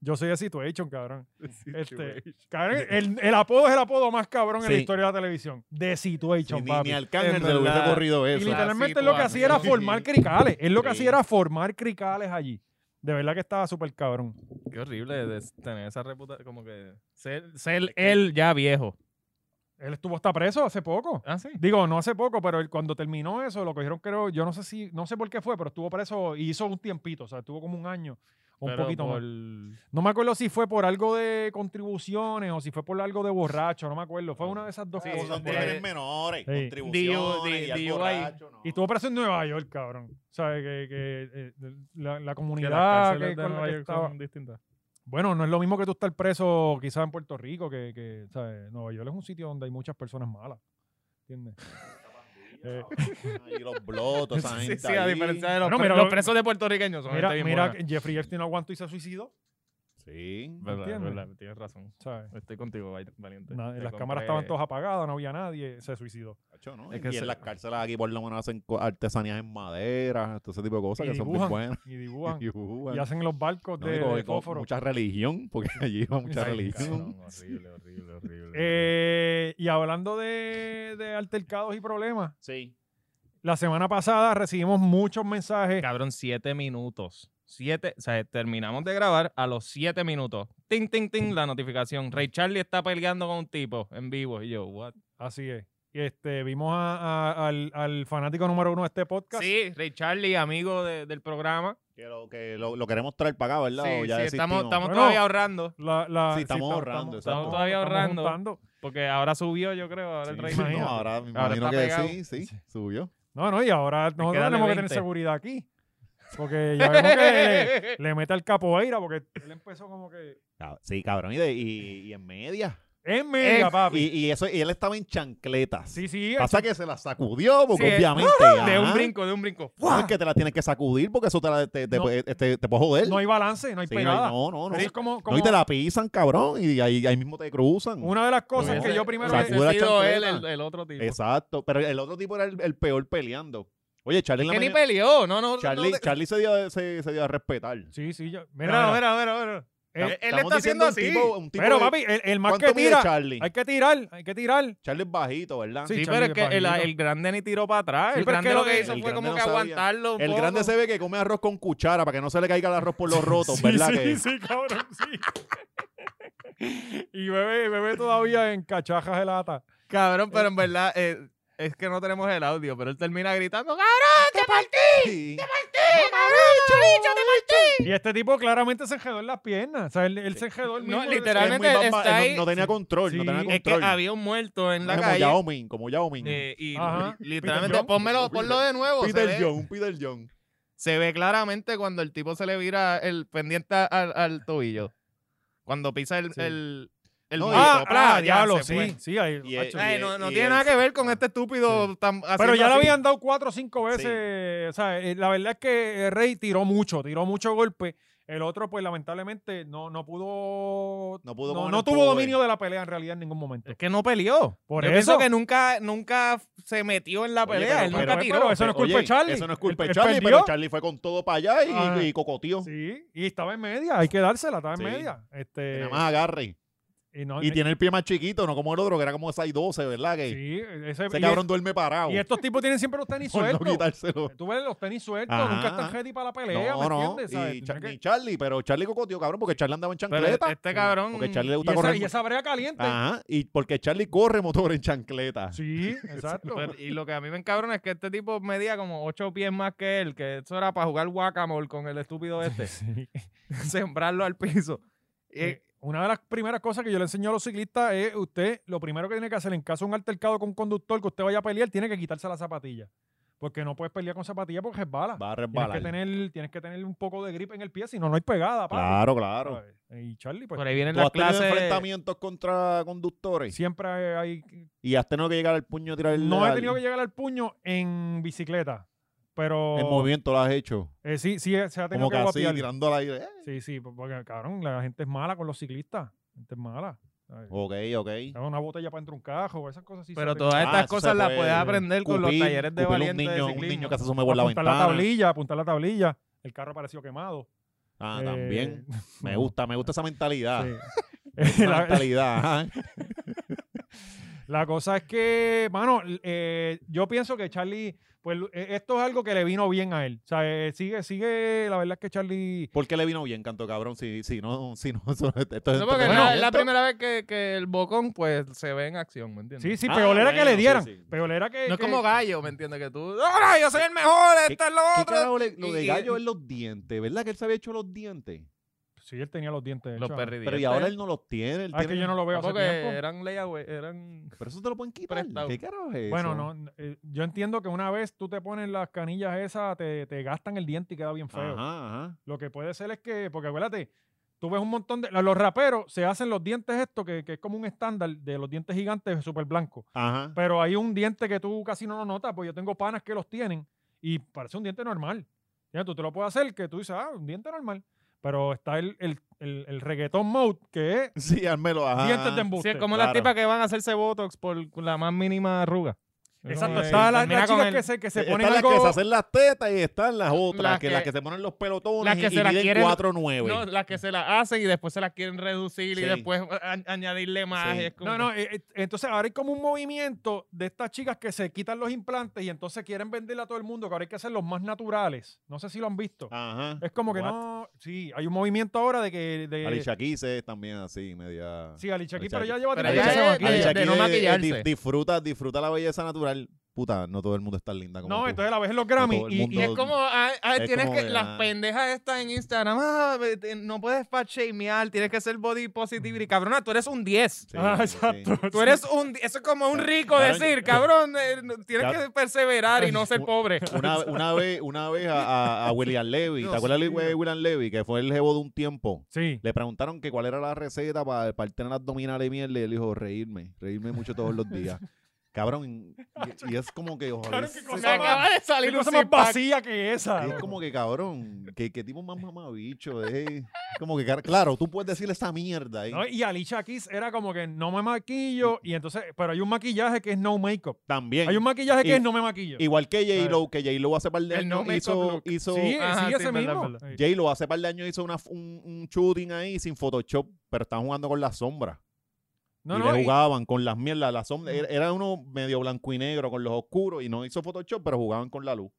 Yo soy de Situation, cabrón. Este, cabrón, el, el apodo es el apodo más cabrón en la Sí. historia de la televisión. De Situation, Sí, ni, papi. ni al cáncer En se le hubiese verdad. ocurrido Y eso. literalmente él lo que situación. hacía era formar cricales. Él lo que Sí. hacía era formar cricales allí. De verdad que estaba súper cabrón. Qué horrible de tener esa reputación. Como que ser, ser él ya viejo. Él estuvo hasta preso hace poco. Ah, sí. Digo, no hace poco, pero él cuando terminó eso, lo cogieron, creo, yo no sé si, no sé por qué fue, pero estuvo preso y hizo un tiempito, o sea, estuvo como un año o un Pero poquito por- más. No me acuerdo si fue por algo de contribuciones o si fue por algo de borracho, no me acuerdo. Fue una de esas dos Sí, cosas. Son por de- ahí. deberes menores, Sí. contribuciones DU, y algo DUI. borracho, ¿no? Y estuvo preso en Nueva York, cabrón. ¿Sabes? Que, que, eh, la, la que comunidad las cárceles que- de con la Nueva que York estaba- son distintas. Bueno, no es lo mismo que tú estar preso quizás en Puerto Rico, que, que ¿sabes? Nueva York es un sitio donde hay muchas personas malas. ¿Entiendes? Eh, Y los blotos, esa Sí, gente sí, a ahí. diferencia de los, Bueno, pre- mira, los lo- presos de puertorriqueños. Son mira, gente bien mira buena. que Jeffrey Epstein no aguantó y se suicidó. Sí. Verdad, ¿entiendes? verdad, tienes razón. ¿sabes? Estoy contigo, Val- Valiente. Na- Te las compré- cámaras estaban todas apagadas, no había nadie, se suicidó. Cacho, ¿no? Es que y en se- las cárceles aquí por lo menos hacen co- artesanías en madera, todo ese tipo de cosas Y que son muy dibujan, buenas. y dibujan. Y dibujan. Y hacen los barcos No, de, y con- de con fósforo. Mucha religión, porque allí iba mucha Ay, religión. horrible, horrible, horrible. Eh, y hablando de, de altercados y problemas, Sí. La semana pasada recibimos muchos mensajes. Cabrón, siete minutos. Siete, o sea, terminamos de grabar a los siete minutos. Ting, ting, ting, la notificación. Ray Charlie está peleando con un tipo en vivo. Y yo, what? Así es. Y este, vimos a- a- al, al fanático número uno de este podcast. Sí, Ray Charlie, amigo de- del programa. Que lo, que lo, lo queremos traer para acá, ¿verdad? Sí, O ya sí, estamos, desistimos. estamos Bueno. todavía ahorrando. La- la- Sí, estamos exacto. ahorrando, Estamos todavía ahorrando. juntando. Porque ahora subió, yo creo, ahora el Sí, Ray no, Imagínate. ahora me Ahora imagino está que pegado. sí, sí, subió. No, no, y ahora nosotros darle tenemos que tener 20. seguridad aquí. Porque ya vemos que le, le mete al capoeira, porque él empezó como que. Cab- Ah, Sí, cabrón, y, de- y- y en media. En media, Eh, papi. Y, y eso, y él estaba en chancletas. sí, sí. Pasa que se la sacudió, porque Sí, ¡ah! obviamente. De un ajá, brinco, de un brinco. no es que te la tienes que sacudir porque eso te, la- te, te, No. puede- este, te puede joder. no hay balance, no hay Sí, no hay- pegada. no, no, no. Eso es como, No, y Pues como te la pisan, cabrón, y ahí, ahí mismo te cruzan. una de las cosas No, que ese- yo primero. Sacude Hubiese la sido él chancleta. el, el otro tipo. Exacto, pero el otro tipo era el, el peor peleando. Oye, Charlie, en la Que ni mañana- peleó, no, no. Charlie, no te- Charlie se, dio, se, se dio a respetar. Sí, sí, yo. Mira, mira, mira, mira. Él- Él, él Estamos está haciendo diciendo un así. tipo- un tipo Pero, de- papi, el, el más ¿Cuánto que mide tira. Charlie? Hay que tirar, hay que tirar. Charlie es bajito, ¿verdad? Sí, Sí, Charlie pero es que el, bajito. el grande ni tiró para atrás. Sí, el pero es grande que lo lo que que- hizo el fue como grande que no sabía. aguantarlo un El poco. grande se ve que come arroz con cuchara para que no se le caiga el arroz por los rotos, ¿verdad? Sí, que, sí, sí, cabrón, sí. y bebé, bebé todavía en cachajas de lata. Cabrón, pero en verdad eh, es que no tenemos el audio, pero él termina gritando. ¡Cabrón, te partí! Sí. ¡Cabrón, choricho, te partí! Y este tipo claramente se enjedó en las piernas. O sea, él, él se enjedó el No, mismo. literal. Realmente Es muy bamba- está él ahí- no, no tenía control, no Sí. Es tenía Es control. que había un muerto en la como calle. Yao Ming, como Yao Ming. eh, y Ajá. li- literalmente, John. pónmelo, ponlo de nuevo. Se Peter ve, John, Peter John. se ve claramente cuando el tipo se le vira el pendiente al, al tobillo. Cuando pisa el. Sí. el, el No, y- muerto. Ah, Pra, ah, ya diablo, se sí. fue. Sí, ahí. Y macho. él- Ay, no, no y tiene él- nada que ver con este estúpido. tan- Pero haciendo ya le así. habían dado cuatro o cinco veces. Sí. eh, O sea, eh, la verdad es que eh, Rey tiró mucho, tiró mucho golpe. El otro, pues lamentablemente, no, no pudo. No pudo No, con no el tuvo poder. dominio de la pelea en realidad en ningún momento. Es que no peleó. Por Yo eso. pienso que nunca, nunca se metió en la Oye, pelea. pero- él pero- nunca pero tiró. Este eso no es culpa Oye, de Charlie. Eso no es culpa Él- de él Charlie, perdió. pero Charlie fue con todo para allá y, Ah. y cocoteó. Sí, y estaba en media, hay que dársela, estaba en Sí. media. Este, Que Nada más agarre. y no- eh, Y tiene el pie más chiquito, no como el otro, que era como 6'12, ¿verdad? Que sí, eh, ese, ese y, cabrón duerme parado. y estos tipos tienen siempre los tenis por no sueltos. quitárselo. Tú ves los tenis sueltos, Ajá, nunca están ajá. ready para la pelea, ¿me entiendes? ¿Sabes? Y, Tenía Cha- que- ni Charlie, pero Charlie cocoteó, cabrón, porque Charlie andaba en Pero chancleta. este cabrón. Porque Charlie le y gusta esa, correr. Ah. y esa brea caliente. Ajá, y porque Charlie corre motor en chancleta. Sí, exacto. Pero- y lo que a mí me encabrona es que este tipo medía como ocho pies más que él, que eso era para jugar guacamole con el estúpido este, Sí. sembrarlo al piso. Eh, una de las primeras cosas que yo le enseño a los ciclistas es usted, lo primero que tiene que hacer en caso de un altercado con un conductor que usted vaya a pelear, tiene que quitarse la zapatilla. Porque no puedes pelear con zapatilla porque resbala. Va a Tienes resbalar. que, tener, tienes que tener un poco de grip en el pie, si no, no hay pegada. papi. Claro, claro. ¿Sabes? Y Charlie, pues, Por ahí vienen Tú las has tenido clases. enfrentamientos contra conductores siempre hay... y has tenido que llegar al puño a tirar el No he al- tenido que llegar al puño en bicicleta, pero... El movimiento lo has hecho. eh, sí, sí, se ha tenido Como que que así, guapiar. tirando al aire. Eh, Sí, sí, pues, porque, cabrón, la gente es mala con los ciclistas. La gente es mala. ¿sabes? Ok, ok. Te dan Una botella para entrar un cajo, esas cosas sí. se Pero te- todas Ah, estas eso cosas se las puede puedes aprender con los Cupir, talleres de cupir valiente un de niño, un ciclismo. niño que se asome por Ah, la apuntar ventana. la tablilla, apuntar la tablilla. El carro apareció quemado. Ah, Eh, también. Me gusta, me gusta esa mentalidad. sí. Esa la, mentalidad. ajá. la cosa es que, mano, eh, yo pienso que Charlie, pues eh, esto es algo que le vino bien a él. O sea, eh, sigue, sigue, la verdad es que Charlie... ¿Por qué le vino bien, canto cabrón? Si, si no, si no, eso- esto, esto- No, porque esto- es la- es la esto- primera vez que, que el bocón pues se ve en acción, ¿me entiendes? Sí, sí, Ah, peolera que bueno, le sí, dieran. sí. Peolera que... No es que- como gallo, ¿me entiendes? Que tú, ¡ahora yo soy el mejor! ¿Qué- ¡Esto es lo ¿Qué otro! carajo le- lo de y- gallo es los dientes? ¿Verdad que él se había hecho los dientes? Sí, él tenía los dientes Los hechos. Pero y ahora él no los tiene. él Ah, es que tiene- yo no lo veo hace Porque tiempo. eran layaway, eran... Pero eso te lo pueden quitar. Prestado. ¿Qué carajo es eso? Bueno, no, n- eh, yo entiendo que una vez tú te pones las canillas esas, te, te gastan el diente y queda bien feo. Ajá, ajá. Lo que puede ser es que, porque acuérdate, tú ves un montón de. la- Los raperos se hacen los dientes esto, que, que es como un estándar de los dientes gigantes súper blancos. Ajá. Pero hay un diente que tú casi no lo notas, pues yo tengo panas que los tienen y parece un diente normal. Ya, tú te lo puedes hacer que tú dices, ah, un diente normal. Pero está el, el, el, el reggaetón mode, que es Sí, házmelo, ajá. dientes de ajá. embuste. Sí, es como las claro. tipas que van a hacerse Botox por la más mínima arruga. Exacto. como- Están las, termina Eh, las con chicas el- que se, que se ponen están las Eh, que algo- se hacen las tetas y están las otras, Las que, que- las que se ponen los pelotones las que y se las miden quieren- 4'9". No, las que se la hacen y después se las quieren reducir Sí. y después a- añadirle más. Sí. y es como No, no, eh, eh, entonces ahora hay como un movimiento de estas chicas que se quitan los implantes y entonces quieren venderle a todo el mundo que ahora hay que hacer los más naturales. No sé si lo han visto. Ajá. es como que Ah, What? no, sí, hay un movimiento ahora de que... De, Alicia Keys es también así, media... Sí, Alicia Keys, Alicia pero ya Keys. lleva Pero tiempo que ella se es- maquilla. de- Alicia de Keys no es- es- maquillarse. disfruta, disfruta la belleza natural. Puta, no todo el mundo está linda como No, tú. entonces la ves en los A Grammy todo el y, mundo. Y es como, ah, ah, Es tienes como que, que, ah. las pendejas estas en Instagram, ah, ve- te- no puedes fat shamear, tienes que ser body positive. Y cabrona, tú eres un 10. Sí, Ah, sí, exacto. sí. Tú eres un, di- eso es como un rico Claro, decir, cabrón, eh, no- tienes Claro. que perseverar y no ser Un- pobre. Una, una vez, una vez a, a- a William Levy, ¿te Dios acuerdas de mío. Will- William Levy? Que fue el jevo de un tiempo. Sí. Le preguntaron que cuál era la receta para, para el tener abdominales y mierda. Y él dijo, reírme, reírme mucho todos los días. Cabrón, y, y es como que ojalá. Claro, ese- qué Me cosa acaba de Hay salir un cosa más six-pack. vacía que esa. y es como que cabrón, que, que tipo más mamabicho. eh. Como que, car- claro, tú puedes decir esa mierda. eh. ahí. No, y Alicia Keys era como que no me maquillo y entonces, pero hay un maquillaje que es no makeup. También. Hay un maquillaje que Y- es no me maquillo. Igual que J-Lo, que J-Lo hace par de El no años makeup hizo, look. hizo sí, Ajá, sí, sí, ese verdad, mismo. verdad. Sí. J-Lo hace par de años hizo una- un, un shooting ahí sin Photoshop, pero están jugando con las sombras. No, y no, le y- Mm. jugaban con las mierdas, las sombras. Era- Era uno medio blanco y negro con los oscuros y no hizo Photoshop, pero jugaban con la luz.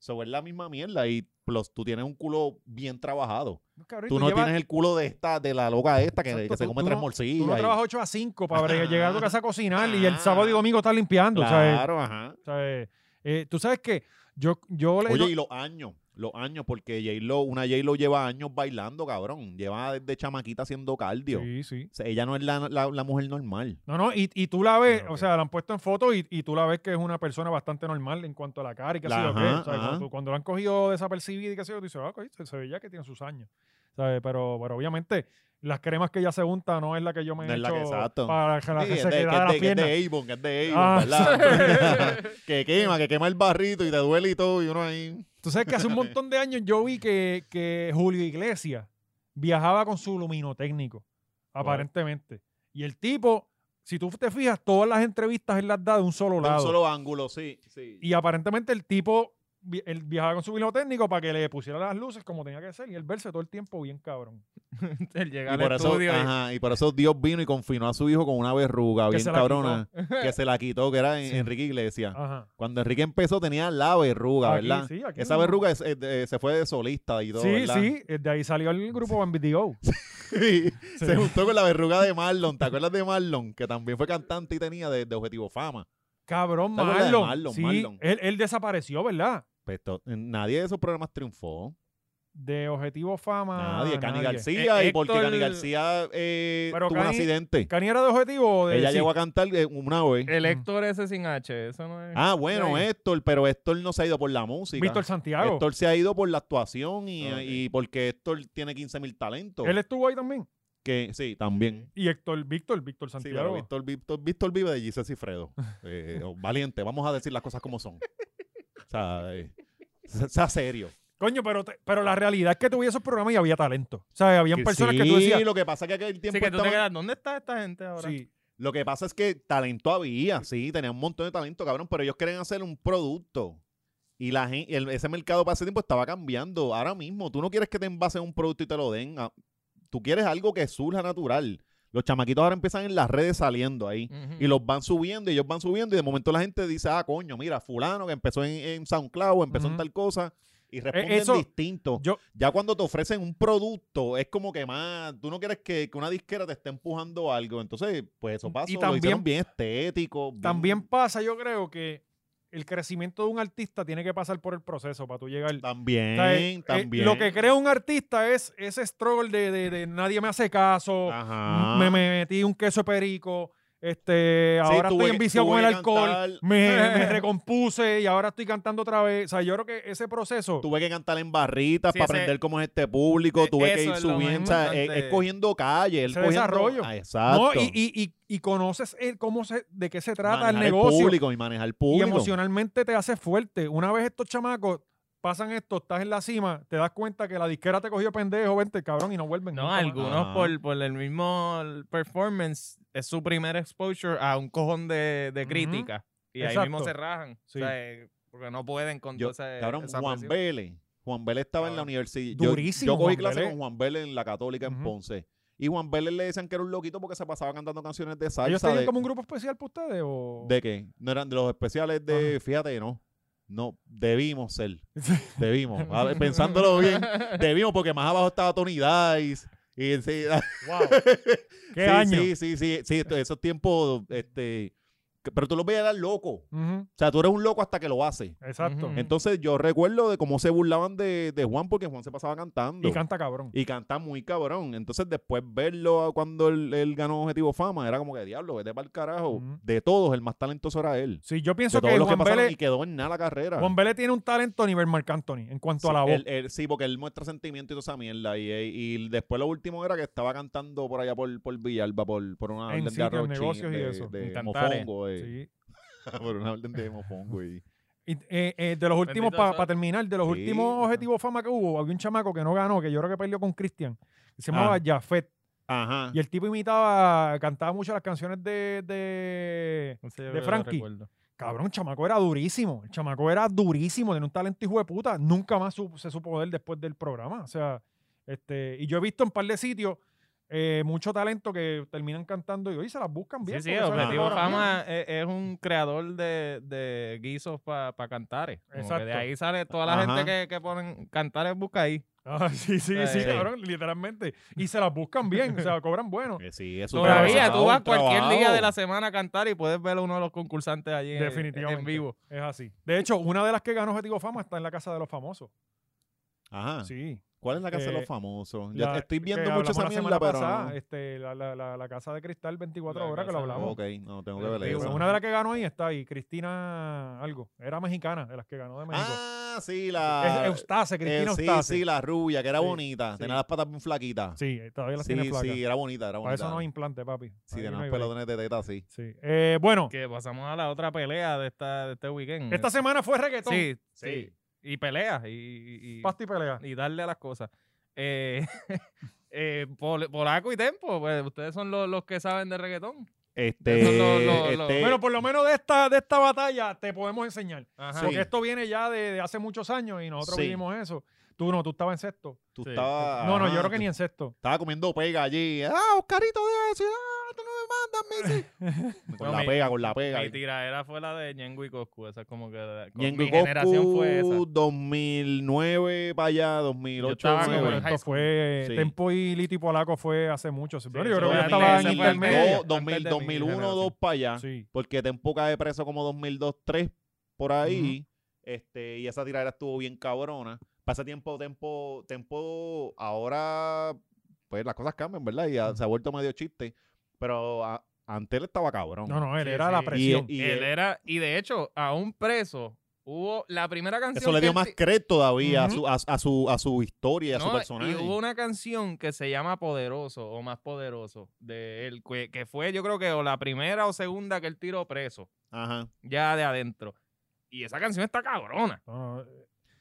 Eso es la misma mierda y plus, tú tienes un culo bien trabajado. cabrón, y Tú no llevas- tienes el culo de esta, de la loca esta que, Exacto, que se tú- come tú tres no- morcillas. Tú no y- trabajas 8 a 5 para bre- llegar a tu casa a cocinar y el Ah. sábado y domingo estás limpiando. o sea, Claro, ajá. o sea, eh, eh, Tú sabes que yo, yo le. Oye, y los años, los años, porque J-Lo, una J-Lo lleva años bailando, cabrón. Lleva desde chamaquita haciendo cardio. sí, sí. O sea, ella no es la, la- la mujer normal. No, no, y, y tú la ves, Ah, o ok. sea, la han puesto en foto y, y tú la ves que es una persona bastante normal en cuanto a la cara y qué sé La- yo qué. ajá, O sea, ajá. cuando, cuando la han cogido desapercibida y qué sé yo, tú dices, ah, coño, se- se ve ya que tiene sus años. ¿Sabes? Pero, pero obviamente, las cremas que ella se unta no es la que yo me No he es la hecho que- exacto. para que la Sí, es se de- que es queda la de- que es pierna. de Avon, que es de Ah, Avon, ¿verdad? que quema, que quema el barrito y te duele y todo, y uno ahí. Tú sabes que hace un montón de años yo vi que, que Julio Iglesias viajaba con su luminotécnico, aparentemente. Y el tipo, si tú te fijas, todas las entrevistas él las da de un solo De un lado. solo ángulo, sí. sí. Y aparentemente el tipo vi- él viajaba con su luminotécnico para que le pusiera las luces como tenía que ser y él verse todo el tiempo bien cabrón. El llegar Y por, al eso, estudio. y- ajá, y por eso Dios vino y confinó a su hijo con una verruga Que bien se la cabrona que se la quitó, que era en- Enrique Iglesias. Ajá. Cuando Enrique empezó tenía la verruga, Aquí, Ah, ¿verdad? sí, aquí Esa mismo. verruga es- es de- se fue de solista y todo, Sí, ¿verdad? sí, eh, de ahí salió el grupo Bambi D.O. Sí. Se juntó con la verruga de Marlon. ¿Te acuerdas de Marlon? Que también fue cantante y tenía de, de Objetivo Fama. Cabrón, ¿Te acuerdas de Marlon. Marlon, sí, Marlon? Él, él desapareció, ¿verdad? Pues to- nadie de esos programas triunfó. De Objetivo Fama. Nadie, Cani García, Eh, y porque Héctor- Cani García eh, Pero tuvo un Cani- accidente. ¿Cani era de Objetivo o de Ella sí? llegó a cantar eh, una vez. El Héctor ese sin H, eso no es. ah, bueno, ahí. Héctor, pero Héctor no se ha ido por la música. Víctor Santiago. Héctor se ha ido por la actuación y, Ah, ok. y porque Héctor tiene 15 mil talentos. Él estuvo ahí también. que, sí, también. Y Héctor, Víctor, Víctor Sí, pero Santiago. Víctor, Víctor, Víctor vive de Gisés y Fredo. Eh, valiente, vamos a decir las cosas como son. O sea, eh, sea sea serio. Coño, pero, te- pero la realidad es que tuve esos programas y había talento. O sea, habían Que personas sí, que tú decías. lo que pasa es que aquel tiempo Así que tú te estaban- quedas, ¿dónde está esta gente ahora? Sí. Lo que pasa es que talento había, sí, tenían un montón de talento, cabrón, pero ellos quieren hacer un producto. Y la gen- el- ese mercado para ese tiempo estaba cambiando. Ahora mismo, tú no quieres que te envasen un producto y te lo den. a- tú quieres algo que surja natural. Los chamaquitos ahora empiezan en las redes saliendo ahí. Ujú. Y los van subiendo, y ellos van subiendo, y de momento la gente dice, ah, coño, mira, fulano que empezó en, en SoundCloud, empezó en Ujú. E, tal cosa, y responden eso- distinto. yo- ya cuando te ofrecen un producto, es como que más, tú no quieres que, que una disquera te esté empujando algo, entonces, pues eso Y pasó, lo también- hicieron bien estético. bien- También pasa, yo creo, que el crecimiento de un artista tiene que pasar por el proceso para tú llegar. O También, sea, eh, eh, también. lo que crea un artista es ese struggle de, de- de nadie me hace caso, Ajá. me, me metí un queso de perico, este, Sí, ahora tuve estoy que- enviciado con tuve el que alcohol, cantar- me, me recompuse y ahora estoy cantando otra vez. O sea, yo creo que ese proceso... Tuve que cantar en barritas Sí, para ese- aprender cómo es este público, e, Eh, tuve que eso ir es lo más subiendo, o sea, es, importante. es cogiendo calle, el Ese desarrollo. exacto. ¿no? y, y- y- y conoces el- cómo se, de qué se trata el Manejar negocio. público y manejar el Y público. emocionalmente te hace fuerte. Una vez estos chamacos pasan esto, estás en la cima, te das cuenta que la disquera te cogió pendejo, vente cabrón y no vuelven. No, nunca más. algunos Ajá. por, por el mismo performance es su primer exposure a un cojón de, de Ujú. crítica. Y ahí Exacto. mismo se rajan. Sí. O sea, eh, porque no pueden con Yo, todo ese- cabrón, esa Juan presión. Ah, Vélez. Juan Vélez estaba en la Cabrón. universidad. Yo- Durísimo, Yo, cogí Juan clase Vélez. con Juan Vélez en la Católica en Ujú. Ponce. Y Juan Vélez le decían que era un loquito porque se pasaba cantando canciones de Ah, ¿Ellos salsa. tenían De, como un grupo especial para ustedes o...? ¿De qué? No eran de los especiales de. Fíjate, no. No, debimos ser. Debimos. A ver, pensándolo bien, debimos porque más abajo estaba Tony Dice. Y enseguida- Wow. ¿Qué sí, año? Sí, sí, sí, sí, esto- esos tiempos, este, que- pero tú los veías eran loco. O Ujú, sea, tú eres un loco hasta que lo haces. Exacto. Ujú. Entonces yo recuerdo de cómo se burlaban de, de Juan porque Juan se pasaba cantando. Y canta cabrón. Y canta muy cabrón. Entonces después verlo a- cuando él, él ganó Objetivo Fama, era como que diablo, vete para el carajo. Ujú. De todos, el más talentoso era él. Sí, yo De pienso todos que los que Juan pasaron Vélez, y quedó en nada la carrera. Juan Vélez tiene un talento a nivel Marc Anthony en cuanto a la Sí, voz. él- él- sí, porque él muestra sentimiento y toda esa mierda. Y, eh, y- y después lo último era que estaba cantando por allá por, por Villalba, por, por una En orden de sitios, arrochín, negocios y de, eso, de en Cantares. mofongo. eh. Sí. por una orden de mofongo. Y... Y, eh, eh, de los últimos, Bendito para sea. terminar, de los Sí, últimos ajá. objetivos fama que hubo, había un chamaco que no ganó, que yo creo que perdió con Cristian, que se llamaba Ah. Jafet. Ajá. Y el tipo imitaba, cantaba mucho las canciones de, de... No sé, yo de creo que lo Frankie. recuerdo. Cabrón, el chamaco era durísimo. El chamaco era durísimo, tenía un talento hijo de puta. Nunca más su- se supo de él después del programa. O sea, este, y yo he visto en par de sitios eh, mucho talento que terminan cantando y hoy se las buscan bien. Sí, sí, porque eso es Objetivo ahora mismo. Fama es, es un creador de, de guisos para cantares. Como que Exacto. de ahí sale toda la Ajá. gente que, que ponen cantares, busca ahí. Ah, sí, sí, Eh, sí, sí. cabrón, literalmente. Y se las buscan bien, o sea, cobran bueno. Que sí, es un Todavía trabajo, tú vas un cualquier día trabajo. de la semana a cantar y puedes ver a uno de los concursantes allí en- Definitivamente. en vivo. Es así. De hecho, una de las que ganó Objetivo Fama está en la casa de los famosos. Ah. Ajá. Sí. ¿Cuál es la casa de Eh, los famosos? Yo La- estoy que viendo hablamos mucho esa la mierda, semana pero. pasada, no. este, la, la- la- la casa de cristal 24 La horas que lo casa- hablamos. Ok, no, tengo que Pero ver te digo, eso. Pero una de las que ganó ahí está ahí, Cristina algo. Era mexicana, de las que ganó de México. Ah, sí, es la. Eustace, eh, Cristina sí, Eustace. sí, la rubia, que era Sí, bonita. sí. Tenía las patas bien flaquitas. Sí, eh, todavía las Sí, tiene flacas. sí, era bonita, era bonita. Para eso no hay implante, papi. Sí, Ahí tenía no hay unos break. pelotones de teta, sí. Sí. Eh, bueno, Que pasamos a la otra pelea de, esta, de este weekend. esta semana fue reggaetón. Sí, Sí. sí. Y peleas y, y, Pasta y pelea. y darle a las cosas. Eh, eh, Pol- Polaco y Tempo, pues ustedes son los, los que saben de reggaetón. Este. Son los- los- los- este- Bueno, pues, por lo menos de esta, de esta batalla te podemos enseñar. Ajá. Sí. Porque esto viene ya de, de hace muchos años y nosotros Sí. vivimos eso. Tú no, tú estabas en sexto. tú sí. estabas. no, no, yo ajá, creo que tú ni en sexto. Estaba comiendo pega allí. Ah, Oscarito, deja eso. Ah, tú no me mandas, Messi. con No, la mi- pega, con la pega. Mi tiradera fue la de Ñengo y Coscu. Esa es como que. la- con- Ñengo mi generación fue esa. Goku, 2009 para allá, 2008. estaba Ah, Sí, como pero en nueve. high esto fue. Sí. Tempo y Lito y Polaco fue hace mucho. Pero Sí, yo sí, creo que yo antes, estaba en ese fue el intermedio. dos, antes 2002, 2000, de mi 2001, generación. 2 para allá. Sí. Porque Tempo cae preso como 2002, 3 por ahí. este, y esa tiradera estuvo bien cabrona. Pasa tiempo, Tempo, Tempo, ahora, pues las cosas cambian, ¿verdad? Y ha- se ha vuelto medio chiste. Pero a- antes él estaba cabrón. No, no, él Sí, era la sí. presión. Y él él- era, y de hecho, a un preso hubo la primera canción. Eso que le dio él más ti- crédito todavía Ujú. a, su, a, a su, a su historia, y a su No, personaje. Y hubo una canción que se llama Poderoso o Más Poderoso de él, que, que fue yo creo que o la primera o segunda que él tiró preso, Ajá. ya de adentro. Y esa canción está cabrona. No, no,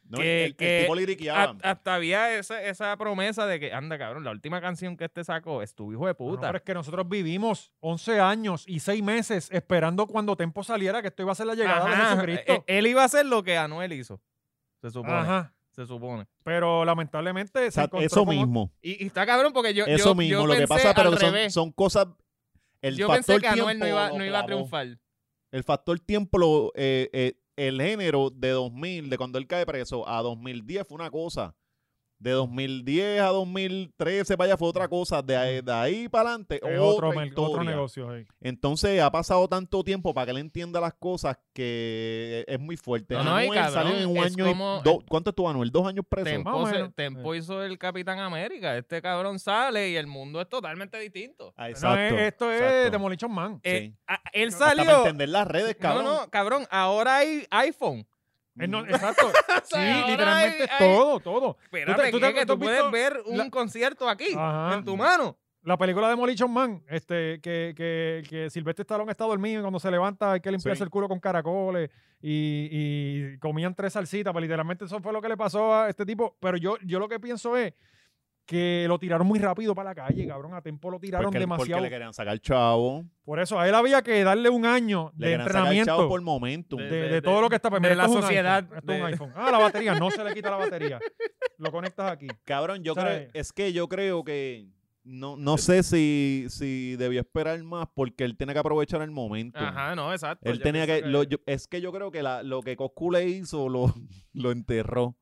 No, Que- el, el que- tipo liriqueaba. Ha- hasta había esa, esa promesa de que, anda cabrón, la última canción que este sacó es tu hijo de No, no, puta. pero es que nosotros vivimos 11 años y 6 meses esperando cuando Tempo saliera que esto iba a ser la llegada Ajá, de Jesucristo. e- Él iba a hacer lo que Anuel hizo. Se supone. Ajá. Se supone. Pero lamentablemente se O sea, encontró eso con- mismo. Y, y está cabrón porque yo. Eso yo- yo mismo. lo que pensé pasa, pero al son, revés. son cosas. El yo factor pensé que Anuel tiempo no iba, lo no iba a clavó. triunfar. El factor tiempo, lo- eh, eh, el género de 2000, de cuando él cae preso a 2010 fue una cosa. De 2010 a 2013 para allá fue otra cosa. De, ahí- de ahí para adelante, Es otra otro, mer- otro historia. negocio. ahí. Entonces ha pasado tanto tiempo para que él entienda las cosas que es muy fuerte. No, no, y Anuel cabrón, salió en un es año. y como- do- ¿Cuánto estuvo Anuel? ¿Dos años preso? Más o Tempo, se- menos. Tempo hizo el Capitán América. Este cabrón sale y el mundo es totalmente distinto. Ah, No, es- exacto. eh, esto es exacto. Demolition Man. Sí. Eh, a- él Hasta para salió. entender las redes, No, cabrón. no, cabrón. Ahora hay iPhone. Él eh, no- exacto. sí, Mm. sea, ahora literalmente hay- es hay- todo, todo. Espérate, tú tú, te- que tú tú has puedes visto ver un la- concierto aquí, Ajá. en tu mano. La película Demolition Man, este, que, que, que Silvestre Stallone está dormido y cuando se levanta hay que limpiarse Sí. el culo con caracoles y, y comían tres salsitas. Pero literalmente eso fue lo que le pasó a este tipo. Pero yo, yo lo que pienso es que lo tiraron muy rápido para la calle, cabrón. A tiempo lo tiraron Porque, porque demasiado. le querían sacar chavo. Por eso, a él había que darle un año Le de querían sacar chavo entrenamiento por momentum. de, De- de de- todo lo que está. pues, de mira, la esto es un sociedad, iPhone, esto es un de- iPhone. Ah, la batería. No se le quita la batería. Lo conectas aquí. Cabrón, yo ¿Sabes? creo, es que yo creo que no, no sé si, si debió esperar más porque él tiene que aprovechar el momento. Ajá, no, exacto. Él yo tenía que, pienso lo- yo- es que yo creo que la- lo que Coscu le hizo lo, lo enterró.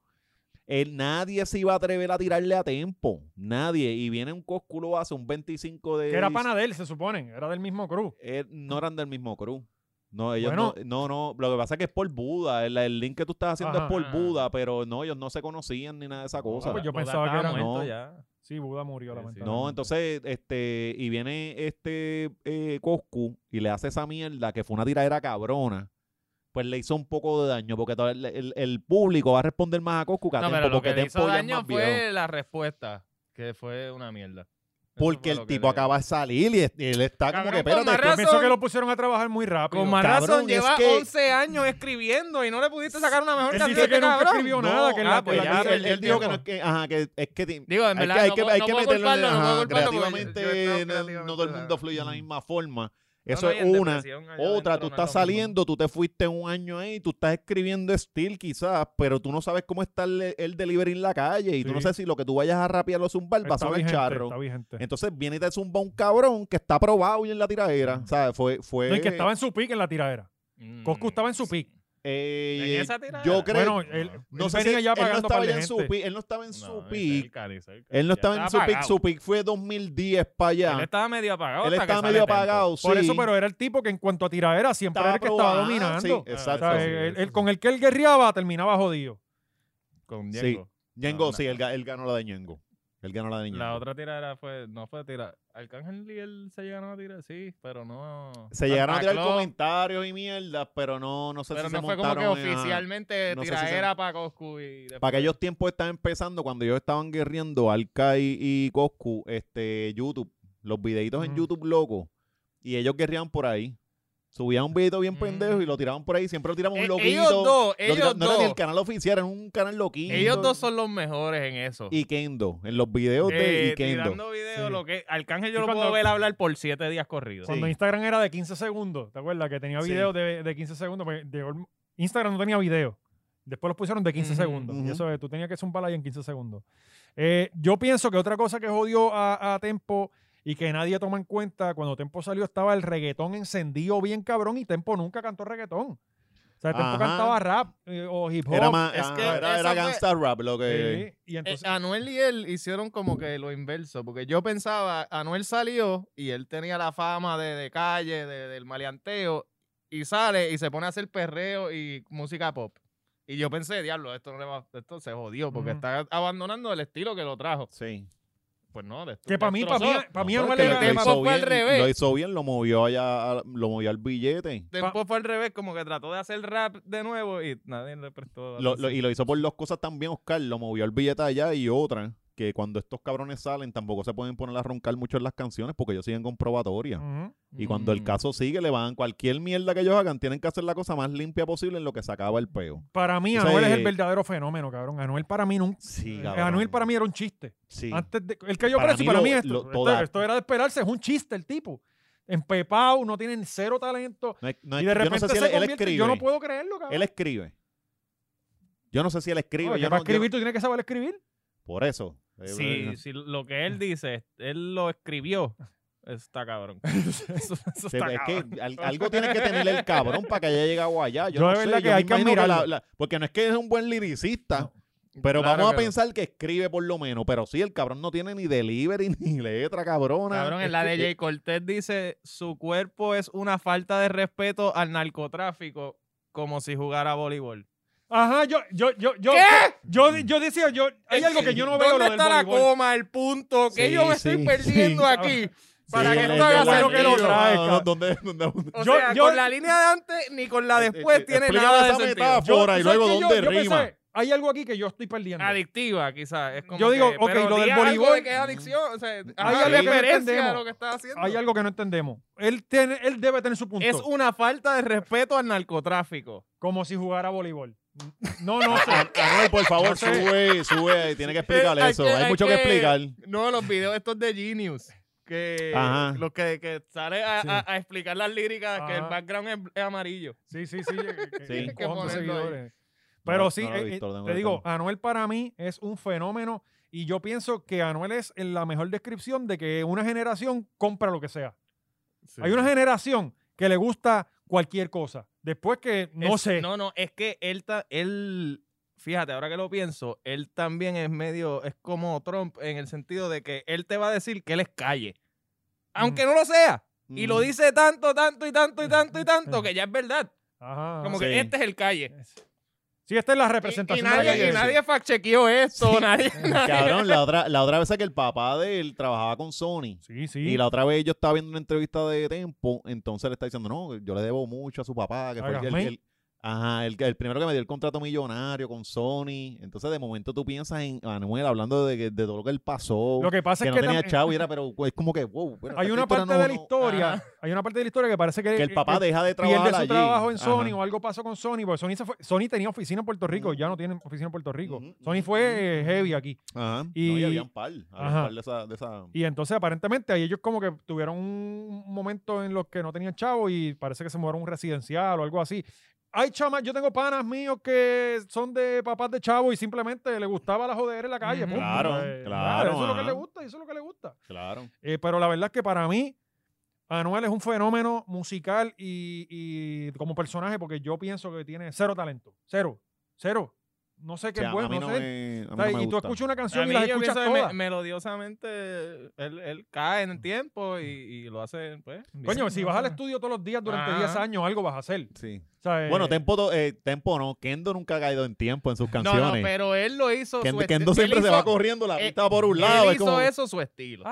Él, nadie se iba a atrever a tirarle a tiempo. Nadie. Y viene un Coscu lo hace un 25 de. Que era pana de él, se supone. Era del mismo crew. Eh, no eran del mismo crew. No, ellos Bueno. no, no, no. Lo que pasa es que es por Buda. El, el link que tú estás haciendo Ajá. eh, es por Buda, pero no, ellos no se conocían ni nada de esa cosa. Ah, pues yo Buda pensaba que estaba era- muerto No. ya. Sí, Buda murió, Sí, sí. lamentablemente. No, entonces, este, y viene este eh, Coscu y le hace esa mierda que fue una tiradera cabrona. Pues le hizo un poco de daño, porque to- el, el- el público va a responder más a Coscu que a No, Tempo, pero lo porque que le Tempo hizo ya es daño más viejo. fue la respuesta, que fue una mierda. Eso Porque fue el lo que tipo le- acaba de salir y, es- y él está como Cabrón, que, con espérate, más esto- Yo pienso Razón. que lo pusieron a trabajar muy rápido. Con más Cabrón, razón, es lleva que- 11 años escribiendo y no le pudiste sacar una mejor Él canción. dice que este nunca cabrón. escribió No, nada. Que ah, la- pues que la- ya, el- él, el él dijo que, tiempo. no- que- ajá, que es que ti- Digo, en hay que, verdad, hay no, que, puedo- hay no que puedo meterlo en culparlo, no ajá, puedo culparlo. porque- creativamente no, no todo el mundo fluye de la misma forma. Eso No, no, es y en una. depresión allá Otra, adentro tú no es lo estás mismo. saliendo, tú te fuiste un año ahí, tú estás escribiendo still quizás, pero tú no sabes cómo está el, el delivery en la calle y tú no Sí. sabes si lo que tú vayas a rapear o zumbar va a Está sonar vigente, charro. Está vigente. Entonces viene y te zumba un cabrón que está probado y en la tiradera. ¿Sabes? Fue. fue No, y que estaba en su pick en la tiradera. Mm. Coscu estaba en su pick. eh, en esa tiradera. Yo creo. Bueno, él, no él sé si venía él ya no pagando estaba par de ya en su gente. pic, él no estaba en su No, pick. cerca, ni cerca. Él no Ya estaba en su pick, apagado. su pick fue 2010 para allá. Él estaba medio apagado. Él hasta que estaba sale medio Tempo. apagado, sí. Por eso, pero era el tipo que en cuanto a tiradera siempre era Estaba el que estaba probado, dominando. sí, O exacto. sea, sí, él- sí, él- sí. con el que él guerreaba terminaba jodido. Con Sí. Diego. Ñengo, No, sí, no. él, ga- él ganó la de Ñengo. Él ganó la de Ñengo. La otra tiradera fue, no fue tirar. Arcángel y él se llegaron a tirar, sí, pero no. Se llegaron a Santa tirar Claus, comentarios y mierdas, pero no, no sé Pero si no se fue como que montaron en- oficialmente no sé si se- tiradera para Coscu y después- Para aquellos tiempos estaba empezando, cuando ellos estaban guerriendo, Alka y, y Coscu, este, YouTube, los videitos en Mm. YouTube, loco, y ellos guerrían por ahí. Subían un videito bien Mm. pendejo y lo tiraban por ahí, siempre lo tiraban Eh, un loquito. ellos dos, Lo tira- ellos no era ni el dos. canal oficial, era un canal loquito. Ellos dos son los mejores en eso. Y Kendo, en los videos Eh, de y Kendo. tirando videos, Sí. lo que Arcángel yo Y lo cuando- puedo ver hablar por siete días corridos. Cuando Instagram era de 15 segundos, ¿te acuerdas? Que tenía Sí. videos de, de 15 segundos. porque llegó el- Instagram no tenía video. Después los pusieron de 15 Ujú, segundos. Y ujú. eso es, tú tenías que zumbar ahí en 15 segundos. Eh, yo pienso que otra cosa que jodió a, a Tempo y que nadie toma en cuenta, cuando Tempo salió estaba el reggaetón encendido bien cabrón y Tempo nunca cantó reggaetón. O sea, Tempo Ajá. cantaba rap eh, o hip hop. Era más, es ah, que era, era eso fue- gangsta rap lo que... Sí, y Eh, entonces, Anuel y él hicieron como que lo inverso, porque yo pensaba, Anuel salió y él tenía la fama de, de calle, de- del maleanteo, y sale y se pone a hacer perreo y música pop. Y yo pensé, diablo, esto, no le va- esto se jodió, porque Ujú. está abandonando el estilo que lo trajo. Sí. Pues no, destru- que para mí, para mí, destrozó. para mí, No, Anuel pero le- es era- que tema fue al bien, revés. Lo hizo bien, lo movió allá, a- lo movió al billete. Después fue al revés, como que trató de hacer rap de nuevo y nadie le prestó Lo- lo- atención. y lo hizo por dos cosas también, Oscar. Lo movió el billete allá y otra, que cuando estos cabrones salen tampoco se pueden poner a roncar mucho en las canciones porque ellos siguen con probatoria. Ujú. Y cuando el Mm. caso sigue, le van cualquier mierda que ellos hagan, tienen que hacer la cosa más limpia posible en lo que se acaba el peo. Para mí, O sea, Anuel es el eh, verdadero fenómeno, cabrón. Anuel para mí nunca. eh, Sí, Anuel para mí era un chiste. Sí. Antes de, él cayó Para preso y mí para lo- mí esto, lo- esto- toda- esto era de esperarse, es un chiste el tipo. Empepado, no tiene cero talento. No es- no es- y de repente yo no sé si se él- él, convierte- escribe. Yo no puedo creerlo, cabrón. Él escribe. Yo no sé si él escribe. No, es que yo para no- yo no- escribir tú tienes que saber escribir. Por eso. Eh, Sí, eh, sí, lo que él dice, él lo escribió. Está cabrón. Eso, eso Sí, pues, está es cabrón. que al- algo tiene que tener el cabrón para que haya llegado allá. Yo, Yo no de sé, verdad yo que me hay que imagino la- admirarlo. la- porque no es que es un buen liricista, pero Claro vamos a que no. pensar que escribe por lo menos. Pero sí, el cabrón no tiene ni delivery ni letra, cabrona. Cabrón, Es en la que- eh, de Jay Cortés dice, su cuerpo es una falta de respeto al narcotráfico como si jugara voleibol. Ajá, yo, yo, yo, yo, yo, yo decía, yo, hay algo que yo no veo lo ¿Dónde del está la voleibol. coma, el punto? Que Sí, yo me sí, estoy perdiendo sí. aquí. Sí, para que el- esto el- haga el- sentido. que lo trae, No, no, cabrón. ¿dónde- dónde- dónde- O Yo- sea, yo- con la línea de antes ni con la Eh, después eh, tiene explícame nada de esa sentido. metáfora. Fora, y sabes luego, que ¿dónde yo rima? pensé, hay algo aquí que yo estoy perdiendo. Adictiva, quizás. Es como Yo digo, que, ok, pero lo del di algo de voleibol- que es adicción. O sea, Hay haga algo que no referencia a entendemos. lo que está haciendo. Hay algo que no entendemos. Él, tiene, él debe tener su punto. Es una falta de respeto al narcotráfico. Como si jugara voleibol. No, no sé. Anuel, por favor, No sé. sube, sube. Tiene que explicar Eh, hay eso. que- Hay hay mucho que que- explicar. No, los videos estos de Genius. Que Ajá. los que, que sale a, Sí. a- a explicar las líricas, que el Ajá. background es, es amarillo. Sí, sí, sí. que- que- Sí. que Hay que cojan tus ponerlo ahí. seguidores. Pero No, sí, no lo he eh, visto, eh, lo tengo te que digo, ver. Anuel para mí es un fenómeno y yo pienso que Anuel es en la mejor descripción de que una generación compra lo que sea. Hay una generación que le gusta cualquier cosa. Después que, no Es- sé. No, no, es que él, ta- él, fíjate, ahora que lo pienso, él también es medio, es como Trump en el sentido de que él te va a decir que él es calle. Mm. Aunque no lo sea. Y lo Mm. dice tanto, tanto y tanto y tanto y tanto que ya es verdad. Ajá. Como Ah, Sí. que este es el calle. Sí, esta es la Y, y representación de la nadie, calle. y nadie fact-chequeó esto. Nadie, Mm, Cabrón, la otra, la otra vez es que el papá de él trabajaba con Sony. Sí, sí. Y la otra vez yo estaba viendo una entrevista de Tempo, entonces le está diciendo, no, yo le debo mucho a su papá, que fue el, que- el- Hágame. el- ajá, el, que- el primero que me dio el contrato millonario con Sony. Entonces de momento tú piensas en Anuel hablando de, que- de todo lo que él pasó, Lo que pasa que es no que tenía tam- chavo y era, pero es como que, wow. pero hay esta una historia parte no- de la no- historia, Ajá. hay una parte de la historia que parece que, eh, que el papá que deja de trabajar pierde su allí. trabajo en Sony Ajá. o algo pasó con Sony, porque Sony, se fue- Sony tenía oficina en Puerto Rico, Ujú. ya no tiene oficina en Puerto Rico. Ujú, Sony ujú, fue eh, heavy aquí. Ajá. No, Y- y había un par, había un Ajá. par de esa... de esa- Y entonces aparentemente ahí ellos como que tuvieron un momento en los que no tenían chavo y parece que se mudaron a un residencial o algo así. Hay chamas, yo tengo panas míos que son de papás de chavo y simplemente le gustaba la joder en la calle. Ujú. punto. Claro, Eh, claro, Eso es lo que ajá. le gusta, eso es lo que le gusta. Claro. Eh, pero la verdad es que para mí, Anuel es un fenómeno musical y, y como personaje, porque yo pienso que tiene cero talento. Cero, cero. No sé O qué sea, es bueno, a mí no no sé. me- a mí no O sea, me y tú gusta. escuchas una A canción y mí yo las escuchas pienso que todas. me- melodiosamente él, él cae en el tiempo y, y lo hace, pues. bien. Coño, si vas al No sé. Ah. estudio todos los días durante Ajá. 10 años, algo vas a hacer. Sí. O sea, eh, Bueno, Tempo, to- eh, Tempo no, Kendo nunca ha caído en tiempo en sus No, canciones. no, pero él lo hizo. Kendo, su esti- Kendo él siempre se hizo- va corriendo la eh, pista por un él lado. es hizo como- eso su estilo.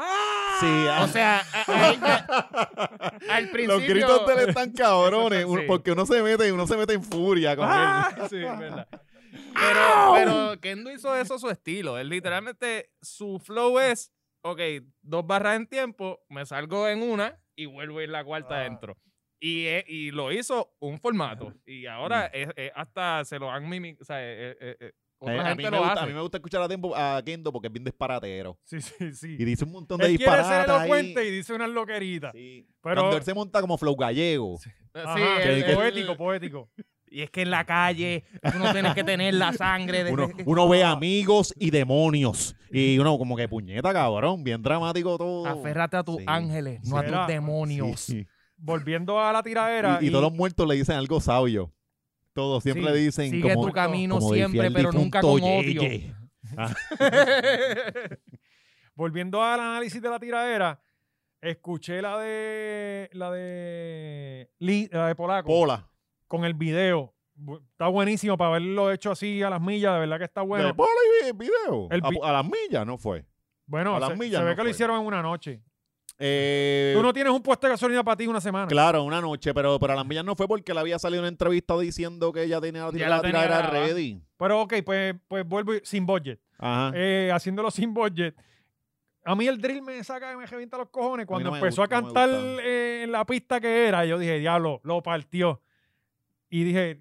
Sí, ah, O sea, a- a- a- al principio. los gritos de él están cabrones, Exacto, sí. Ah, porque uno se mete y uno se mete en furia con él. Sí, verdad. Pero, pero Kendo hizo eso su estilo. Él literalmente, su flow es, ok, dos barras en tiempo, me salgo en una y vuelvo a ir la cuarta Ah. adentro. Y, eh, y lo hizo un formato. Y ahora es, es hasta se lo han mimicado. O sea, eh, eh, eh, otra Eh, Mm. a, mí gente me lo gusta, a hace. mí me gusta escuchar a, Tempo, a Kendo porque es bien disparatero. sí, sí, sí. Y dice un montón de Él quiere disparates. ser ahí. elocuente y dice unas loqueritas. Sí. Pero- Cuando él se monta como flow gallego. Ajá, eh, Sí, que- él- que- pues. él- poético, poético. Y es que en la calle uno tiene que tener la sangre de... Uno, uno ve amigos y demonios. Y uno como que puñeta, cabrón. Bien dramático todo. Aférrate a tus Sí. ángeles, no a Será- tus demonios. Sí. Volviendo a la tiradera. Y, y todos los muertos le dicen algo sabio. Todos siempre Sí, le dicen Sigue como, tu camino como decía siempre, el pero nunca con difunto odio. Yeye. Volviendo al análisis de la tiradera, escuché la de la de Li- la de Polaco Pola. con el video. Bu- Está buenísimo para haberlo hecho así a las millas, de verdad que está bueno. De Pola y vi- video. El vi- a, a las millas no fue. bueno, a las se, millas se ve no que lo fue. hicieron en una noche. Eh, Tú no tienes un puesto de gasolina para ti una semana. Claro, una noche, pero, pero a las millas no fue porque le había salido una entrevista diciendo que ella tenía la, Ya la la tenía tiradera grabada. ready. Pero ok, pues, pues vuelvo y- sin budget. Ajá. Eh, haciéndolo sin budget. A mí el drill me saca y me revienta los cojones. Cuando no me empezó gusta, a no me cantar gusta. eh, en la pista que era, yo dije, diablo, lo partió. Y dije,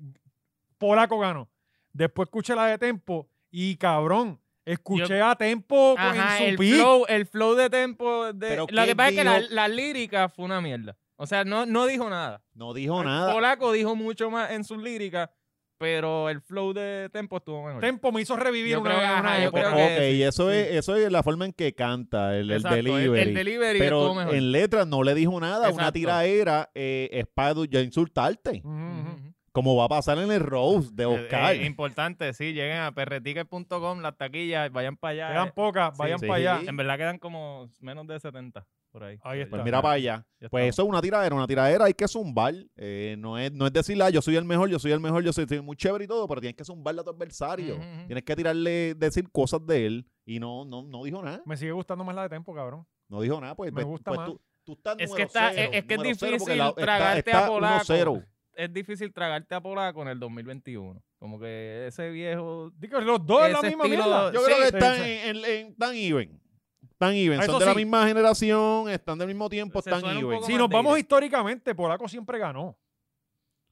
polaco ganó. Después escuché la de Tempo y cabrón, escuché a Tempo con- Ajá, en el su pic. flow, el flow de tempo. De, Pero lo que ¿quién pasa es que la, dijo? la lírica fue una mierda. O sea, no, no dijo nada. no eh, dijo nada. Polaco dijo mucho más en sus líricas, pero el flow de tempo estuvo mejor. Tempo me hizo revivir Yo una, creo que, ajá, una yo época. creo que- Ok, y eso, sí. es, eso es la forma en que canta, el, el Exacto, delivery. El, el delivery estuvo pero mejor. en letras no le dijo nada. Una Exacto. tiradera eh, es para du- ya insultarte. Ujú, ujú. Ujú. Como va a pasar en el Rose de Oscar. Eh, eh, importante, sí, lleguen a perretique.com, las taquillas, vayan para allá. Quedan pocas, sí, vayan sí. para allá. Sí. En verdad quedan como menos de 70 por ahí. Ahí está. Pues mira para allá. Pues eso es una tiradera, una tiradera hay que zumbar. Eh, no, es, no es decirle, "Ah, yo soy el mejor, yo soy el mejor, yo soy, soy muy chévere y todo, pero tienes que zumbarle a tu adversario. Ujú, ujú. Tienes que tirarle, decir cosas de él. Y no, no, no dijo nada. Me sigue gustando más la de Tempo, cabrón. No dijo nada. Pues, Me pues- gusta pues más. tú, tú estás Es que número está- cero, es- es que es número cero, porque difícil la- está- tragarte a está Polaco. 1-0. es difícil tragarte a Polaco en el 2021. Como que ese viejo. Digo, los dos es la Ese misma estilo- mierda. Yo Sí, creo que sí, están sí. en, en- en- tan even. Están even. Ah, Son eso de la sí. misma generación, están del mismo tiempo, Se están suena un even. poco Si más nos de vamos ir. históricamente, Polaco siempre ganó.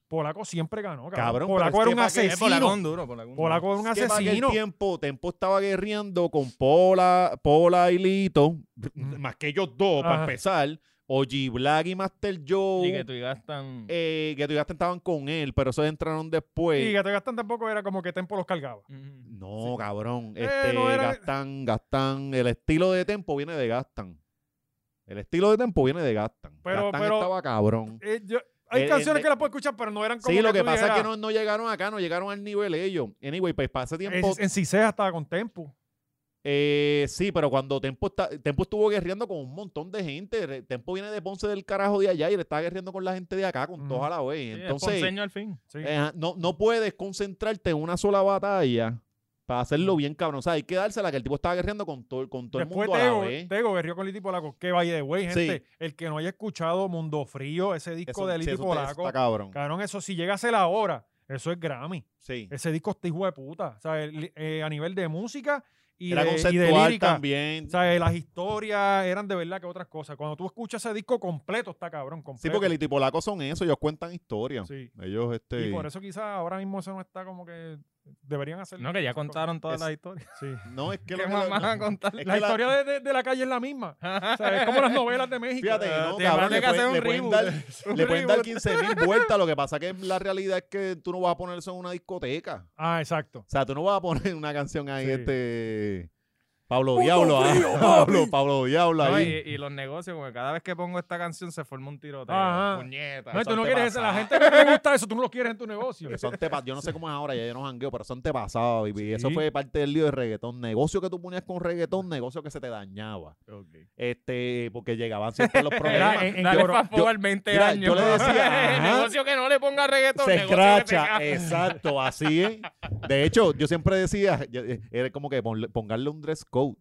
Polaco siempre ganó, cabrón. Cabrón, Polaco pero era es un que para que- Es por la asesino. con duro, por la con duro. Polaco era un que para aquel asesino. tiempo Tempo estaba guerreando con Pola, Pola y Lito, Mm. más que ellos dos, Ajá. para empezar. OG Black y Master Joe, Y que tú y gastan. eh, que todavía estaban con él, pero esos entraron después. Y Gato Gastán tampoco era como que Tempo los cargaba. Ujú. No, Sí. cabrón. Eh, Este, no era- Gastan, Gastan. El estilo de tempo viene de Gastan. El estilo de tempo viene de Gastan. Pero- Gastan pero- estaba cabrón. Eh, yo- hay Eh, canciones eh, que las puedo escuchar, pero no eran como Sí, lo que tú pasa es que dijeras, no, no llegaron acá, no llegaron al nivel ellos. Anyway, pues para ese tiempo. "Es- En Cisea estaba con Tempo. eh, sí, pero cuando Tempo está, Tempo estuvo guerreando con un montón de gente. Re- Tempo viene de Ponce del carajo de allá y le está guerreando con la gente de acá, con Ujú. todos a la vez. Entonces, Ponceño al fin. Sí. eh, no, no puedes concentrarte en una sola batalla para hacerlo bien, cabrón. O sea, hay que dársela que el tipo estaba guerreando con todo, con todo el Después mundo a la Tego, vez. Tego guerrió con Liti Polaco. Qué Valle de Güey, Sí. gente. El que no haya escuchado Mundo Frío, ese disco de sí, Liti eso está- eso Polaco. está cabrón. Cabrón, eso si llega a ser la hora, eso es Grammy. Sí. Ese disco está hijo de puta. O sea, el- eh, a nivel de música y, Era de, y de conceptual lírica. también. O sea, eh, las historias eran de verdad que otras cosas. Cuando tú escuchas ese disco completo, está cabrón. Sí, Completo. porque los tipolacos son eso, ellos cuentan historias. eh, Sí. Ellos, este. Y por eso quizás ahora mismo eso no está como que deberían hacer. No, que ya contaron todas Es- las historias. Sí. No, es que ¿Qué lo que más lo- van a no, contar? es que la historia de, de- de la calle es la misma. O sea, es como las novelas de México. Fíjate, Ah, no, te- cabrón, que le, hacer pueden, un le pueden reboot. dar, Un le pueden dar reboot. 15 mil vueltas. Lo que pasa que la realidad es que tú no vas a poner eso en una discoteca. Ah, exacto. O sea, tú no vas a poner una canción ahí, Sí. este. Pablo Diablo, ah, Pablo, Pablo Diablo No, y, eh, ahí. y los negocios, porque cada vez que pongo esta canción se forma un tiroteo. Ajá. Puñeta. No, eso tú no te quieres pasa. eso. La gente que le gusta eso, tú no lo quieres en tu negocio. Que son tepa- yo no sé cómo es ahora, ya yo no jangueo, pero son te pasaba, baby. Y Eso eh, Sí. fue parte del lío de reggaetón. Negocio que tú ponías con reggaetón, negocio que se te dañaba. Este, porque llegaban siempre los problemas. Era en- en Dale coro- fast forward 20 mira, años. yo le decía, ajá. negocio que no le ponga reggaetón. se negocio que te escracha, caga. exacto, así es. De hecho, yo siempre decía, yo- eh, era como que ponle- ponganle un dress code.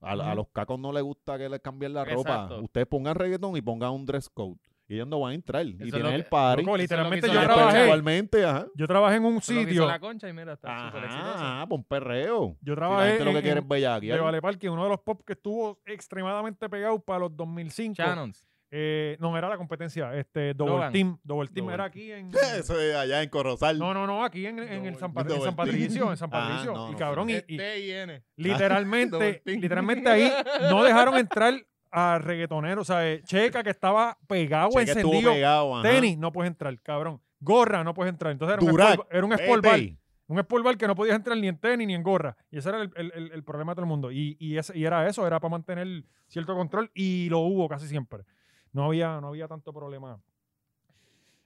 A, la- a Ujú. los cacos no les gusta que les cambien la ropa. Exacto. Ustedes pongan reggaetón y pongan un dress code. Y ellos no van a entrar. y es tienen lo el que- party. Loco, literalmente hizo yo la trabajé. Igualmente, ajá. Yo trabajé en un Eso es lo que hizo sitio. la concha y mira, está súper exitoso. Ajá, ajá, pon perreo. Yo Si la trabajé gente lo en, que quiere en es bellaquear. de Vale Parque, uno de los pop que estuvo extremadamente pegado para los 2005. Shannons. Eh, no, era la competencia. Este, Double Logan. Team. Double Team Double era aquí en. Eso es allá en Corozal. No, no, no, aquí en, en el San, Pat- en Double San Team. Patricio. En San Ah, Patricio. no, y no, este, cabrón, y- y, Este T-I-N. Double Literalmente, team. literalmente ahí no dejaron entrar a reggaetoneros. O sea, eh, Checa que estaba pegado, Che, que estuvo encendido. pegado, ajá. Tenis, no puedes entrar, cabrón. Gorra, no puedes entrar. Entonces era un Durac, sport- era un Vete. sport bar. Un sport bar que no podías entrar ni en tenis ni en gorra. Y ese era el, el- el- el problema de todo el mundo. Y, y ese- y era eso, era para mantener cierto control y lo hubo casi siempre. No había, no había tanto problema.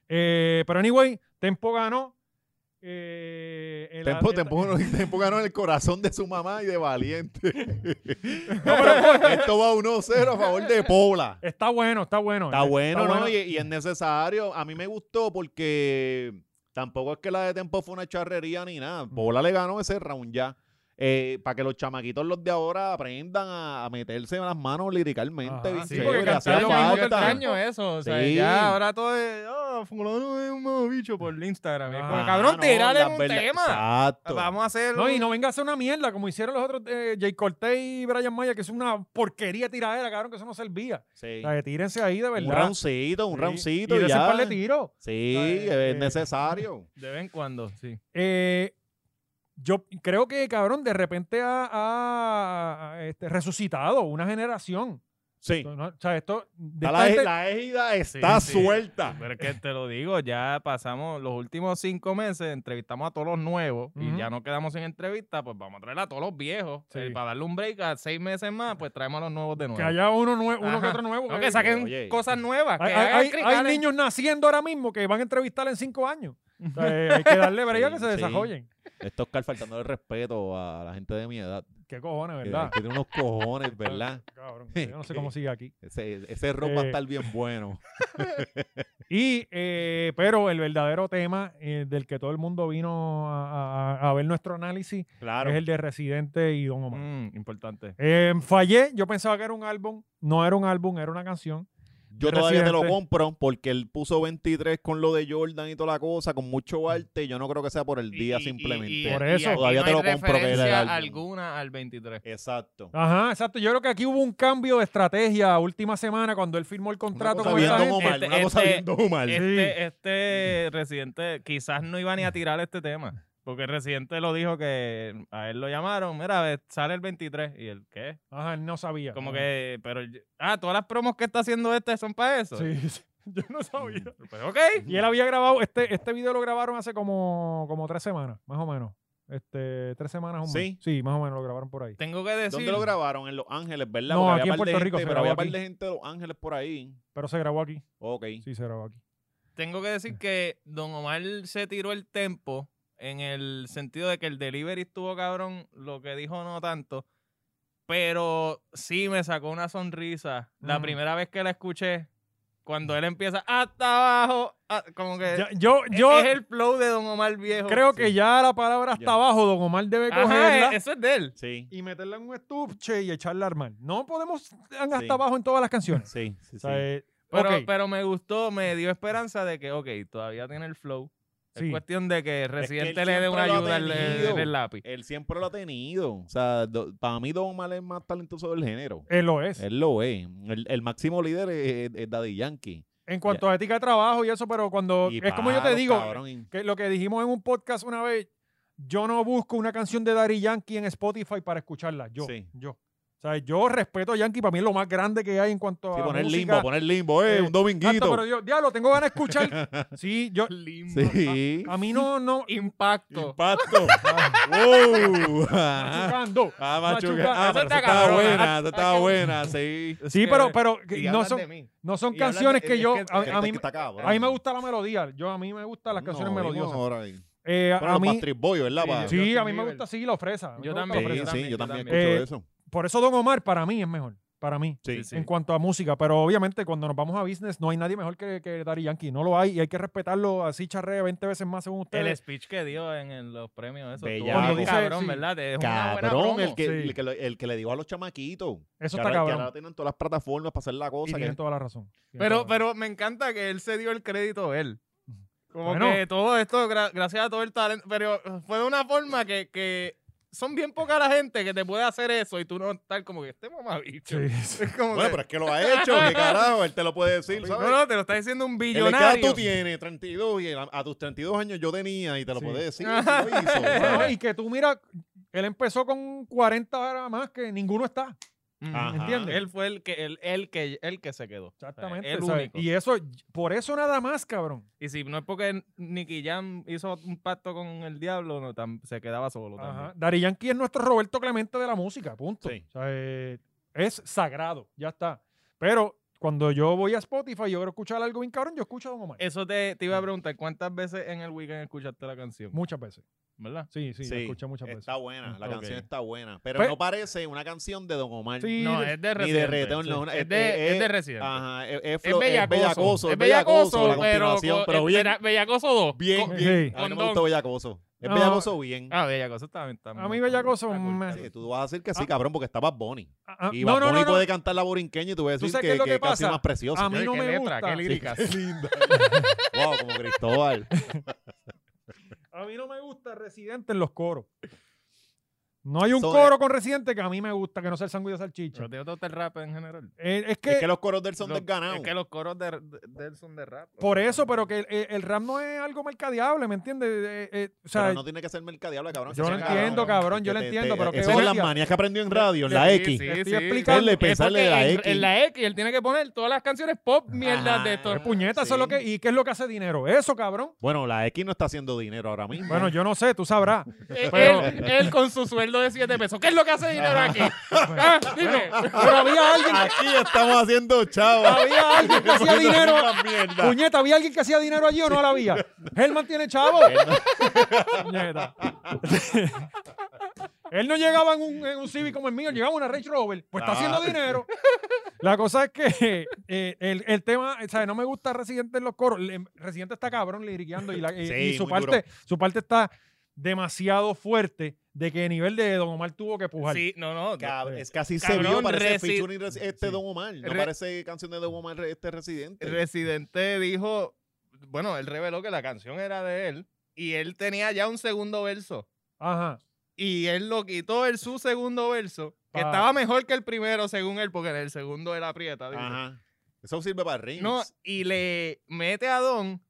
Eh, pero anyway, Tempo ganó. eh, en la- Tempo, en- Tempo, Tempo ganó en el corazón de su mamá y de Valiente. pero- Esto va 1-0 a favor de Pobla. Está bueno, está bueno. Está bueno, ¿no? bueno. Y, y es necesario. A mí me gustó porque tampoco es que la de Tempo fue una charrería ni Mm. nada. Pobla le ganó ese round ya. Eh, para que los chamaquitos los de ahora aprendan a, a meterse en las manos liricalmente. Ajá. bien Sí, chévere, porque hacía cantaron falta. mismo que el año eso. O sea, Sí. ya ahora todo es. Ah, fulano es un nuevo bicho por Instagram. Y es como, Ah, cabrón, no, tírale las un verdad- tema. Exacto. Vamos a hacer. No, y no venga a hacer una mierda como hicieron los otros, eh, Jay Cortez y Brian Maya, que es una porquería tiradera, cabrón, que eso no servía. Sí. O sea, tírense ahí de Un verdad. roundcito, un Sí. roundcito. Y Y dense un ya. par de tiros. Sí, Eh, es necesario. De vez en cuando, sí. Eh, yo creo que, cabrón, de repente ha, ha, este, resucitado una generación. Sí. No, o sea, esto... de La, esta gente- la égida está sí. suelta. Pero es que te lo digo, ya pasamos los últimos cinco meses, entrevistamos a todos los nuevos Ujú. y ya no quedamos en entrevista, pues vamos a traer a todos los viejos. Sí. Y para darle un break a seis meses más, pues traemos a los nuevos de nuevo. que haya uno, nue- uno que Ajá. otro nuevo. No, que- que saquen Oye. cosas nuevas. Que hay, hagan hay- hay cricales. niños naciendo ahora mismo que van a entrevistar en cinco años. O sea, eh, hay que darle brega Sí, que se sí. desarrollen. Esto es Oscar faltando el respeto a la gente de mi edad. Qué cojones, Que, ¿verdad? que tiene unos cojones, ¿verdad? Cabrón, yo no sé cómo sigue aquí. Ese, ese rock va a Eh. estar bien bueno. Y, eh, pero el verdadero tema eh, del que todo el mundo vino a, a- a ver nuestro análisis Claro. es el de Residente y Don Omar. Mm, importante. Em, Eh, fallé, yo pensaba que era un álbum, no era un álbum, era una canción. Yo todavía te lo Residente. compro porque él puso 23 con lo de Jordan y toda la cosa, con Mm. mucho arte. Yo no creo que sea por el día simplemente. Por eso. Todavía te lo compro que era el referencia álbum. alguna al 23. Exacto. Ajá, exacto. Yo creo que aquí hubo un cambio de estrategia última semana cuando él firmó el contrato Está con esa gente. viendo como mal, Este- una cosa este- viendo mal. Este, este residente quizás no iba ni a tirar este tema. Porque el residente lo dijo que a él lo llamaron. Mira, ve, sale el 23. ¿Y el qué? Ajá, él no sabía. Como que, pero. el- Ah, todas las promos que está haciendo este son para eso. Sí, sí. yo no sabía. Mm. Pues ok. Y él había grabado, este, este video lo grabaron hace como, como tres semanas, más o menos. Este, tres semanas o ¿Sí? menos. Sí, más o menos lo grabaron por ahí. Tengo que decir. ¿Dónde lo grabaron? En Los Ángeles, ¿verdad? No, Porque aquí en par de Puerto Rico, gente- se Pero había grabó par aquí. de gente de Los Ángeles por ahí. Pero se grabó aquí. Ok. Sí, se grabó aquí. Tengo que decir que Don Omar se tiró el tempo en el sentido de que el delivery estuvo cabrón, lo que dijo no tanto, pero sí me sacó una sonrisa la Mm. primera vez que la escuché, cuando él empieza hasta abajo, ah, como que Ya- yo es- yo eh, es, el flow de Don Omar viejo. creo que ya la palabra hasta Ya. abajo, Don Omar debe Ajá, cogerla. eso es de él. Sí. Y meterla en un estuche y echarla a armar. No podemos dan hasta Sí. abajo en todas las canciones. Sí, sí, O sea, eh, Pero, ok. pero me gustó, me dio esperanza de que, ok, todavía tiene el flow. Sí. Es pues, cuestión de que él Residente le dé una siempre lo ha ayuda al- en tenido. el lápiz. Él siempre lo ha tenido. O sea, para mí Don Omar es más talentoso del género. Él eh, lo es. Él lo es. El, el máximo líder es, es Daddy Yankee. En cuanto a ética de trabajo y eso, pero cuando. Y es como yo te paro, digo, eh, cabrón. que lo que dijimos en un podcast una vez, yo no busco una canción de Daddy Yankee en Spotify para escucharla. Yo. Sí. Yo. O sea, yo respeto a Yankee, para mí es lo más grande que hay en cuanto Sí, a. poner música. limbo, poner limbo, eh, Eh, un Exacto, dominguito. pero yo, diablo, tengo ganas de escuchar. sí, yo. Sí. A mí no, no. Ah, Impacto. Impacto. wow. Ajá. Machucando. Ah, Machuca- machuca. Ah, Eso pero está esa estaba cabrón. buena, esa Ah, estaba cabrón. buena, sí. Este Sí, que- pero, pero que Y no hablan son, de mí. no son Y hablan canciones de- que es yo. que- a, Que a está- mí, que está cabrón. a mí me gusta la melodía. Yo, a mí me gustan las canciones No, melodiosas. vimos ahora ahí. Eh, a- Pero a los mí, Backstreet Boys, ¿verdad? Pa? sí, Justin a mí me Bieber. gusta, sí, la ofreza. a mí Yo me gusta la también, fresa. Sí, sí, yo también también. escucho Eh, eso. Por eso Don Omar para mí es mejor. Para mí. Sí, En cuanto a música, pero obviamente cuando nos vamos a business no hay nadie mejor que, que Daddy Yankee, no lo hay y hay que respetarlo así charre 20 veces más según ustedes. El speech que dio en, en los premios, eso. estuvo Bellaco. bien cabrón, Sí. ¿verdad? Es una buena Cabrón, promo. el que, Sí. el, que lo- el que le dijo a los chamaquitos. Eso que está ahora- Que cabrón. ahora tienen todas las plataformas para hacer la Y cosa. que- tienen toda la razón. Tienen toda Pero, la pero me encanta que él se dio el crédito él. Como Bueno. que todo esto, gra- gracias a todo el talento, pero fue de una forma que, que son bien poca la gente que te puede hacer eso y tú no estar como que este mamabicho. razón. Sí, sí. Es como Bueno, que, pero es que lo ha hecho, qué carajo, él te lo puede decir, no, ¿sabes? no, te lo está diciendo un Él es que ah, billonario. tú tienes 32 y a, a tus 32 años yo tenía y te lo Sí. puede decir. y lo hizo, No, ¿sabes? y que tú mira, él empezó con 40 horas más que ninguno está. Mm, Ajá. ¿Entiendes? Él fue el que, el, el que, el que se quedó. Exactamente. El ¿sabes? único. Y eso, por eso nada más, cabrón. Y si no es porque Nicky Jam hizo un pacto con el diablo, no, tam- se quedaba solo también. Ajá. Daddy Yankee es nuestro Roberto Clemente de la música, punto. Sí. O sea, eh, es sagrado, ya está. Pero cuando yo voy a Spotify y yo quiero escuchar algo bien cabrón, yo escucho a Don Omar. Eso te, te Ah. iba a preguntar, ¿cuántas veces en el weekend escuchaste la canción? Muchas veces. ¿Verdad? Sí, sí, la escuché muchas veces. está buena, la Ok. canción está buena, pero Pues- no parece una canción de Don Omar. Sí, No, es de Ni Residente. de reggaetón, no, una- Es de, eh, es de eh, Residente. Ajá, es, es, Es flo- es bellacoso. bellacoso, es bellacoso, la pero, continuación, con- pero eh, es bien, bella- bellacoso 2. bien, con- bien. Sí. A mí no con me gustó don. bellacoso. Es No. bellacoso bien. Ah, bellacoso está bien. A mí bellacoso, me- Sí, tú vas a decir que sí, cabrón, porque está Bad Bunny. Ah, ah, Y Bad Bunny puede cantar la borinqueña y tú vas a ¿Tú decir sabes que, qué es lo que que es casi pasa? más preciosa. A mí no qué me letra, gusta. qué líricas. linda. wow, como Cristóbal. A mí no me gusta Residente en los coros. No hay un So, eh, coro con Residente que a mí me gusta, que no sea el sanguí de salchicha. Pero te gusta el rap en general. Eh, es que, Es que los coros del son Los- desganados. Es que los coros de, de, de él son de rap. por eso, pero que el, el- el rap no es algo mercadeable, ¿me entiendes? Eh, eh, o sea, pero no tiene que ser mercadeable, cabrón. yo que lo sea entiendo, cabrón, yo Que lo te- entiendo, te- pero qué Esas son las bestia. manías que aprendió en radio, en la Sí, X. sí, Estoy sí. explicando. Él le Es porque pensarle de la en- X. En la X él tiene que poner todas las canciones pop mierdas Ajá. de esto. Es puñeta, eso es lo Sí. que. ¿Y qué es lo que hace dinero? Eso, cabrón. Bueno, la X no está haciendo dinero ahora mismo. Bueno, yo no sé, tú sabrás. Eh, Pero- él, él con su sueldo de 7 pesos. ¿Qué es lo que hace dinero aquí? Ah, dime. Pero había alguien, Aquí estamos haciendo chavo. había alguien que hacía dinero. Esas mierdas. Puñeta, ¿había alguien que hacía dinero allí o no la había? Helman tiene chavo. Puñeta. Él no llegaba en un, en un Civic como el mío, llegaba en una Range Rover. Pues está haciendo Ah. dinero. La cosa es que eh, el, el tema, eh, ¿sabes? No me gusta Residente en los coros. Le- Residente está cabrón liriqueando y, la- y- Sí, y su, muy duro. parte, su parte está demasiado fuerte de que a nivel de Don Omar tuvo que pujar. Sí, no, no. Cabrón, eh, es que así se Cabrón, vio, parece resi- featuring resi- este Sí. Don Omar. No Re- parece canción de Don Omar re- este residente. Residente dijo, bueno, él reveló que la canción era de él y él tenía ya un segundo verso. Ajá. Y él lo quitó el su segundo verso, que Ah. estaba mejor que el primero según él, porque en el segundo era aprieta. dice. Ajá. Eso sirve para remix. No, y le mete a Don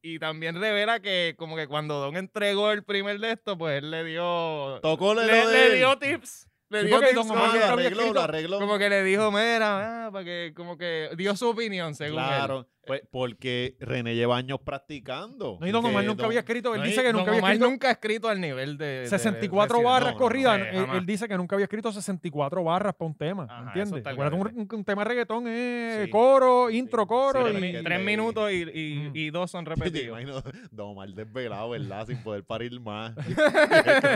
y también revela que como que cuando Don entregó el primer de esto, pues él le dio... Tocó Le, la le lo de él. dio tips. Le Sí, dio porque tips. Don No, como Omar que- lo había arregló, escrito. lo arregló. Como que le dijo, mira, ah, para que, como que dio su opinión, según él. Claro, pues, porque René lleva años practicando. No, y Don Que Omar nunca Don- había escrito. Él No, dice y que Don nunca había Omar escrito nunca ha escrito al nivel de. de- de- 64 de- de- barras no, no, corridas. eh, Él- él, jamás. dice que nunca había escrito 64 barras para un tema. Ajá, eso ¿Entiendes? está Acuérdate, un, cabrón. un- un tema de reggaetón es Sí. coro, Sí. intro, Sí, coro. pero y- es Tres, que- tres minutos y, y- Mm. y dos son Yo te repetidos. imagino Don Omar desvelado, ¿verdad? Sin poder parir más.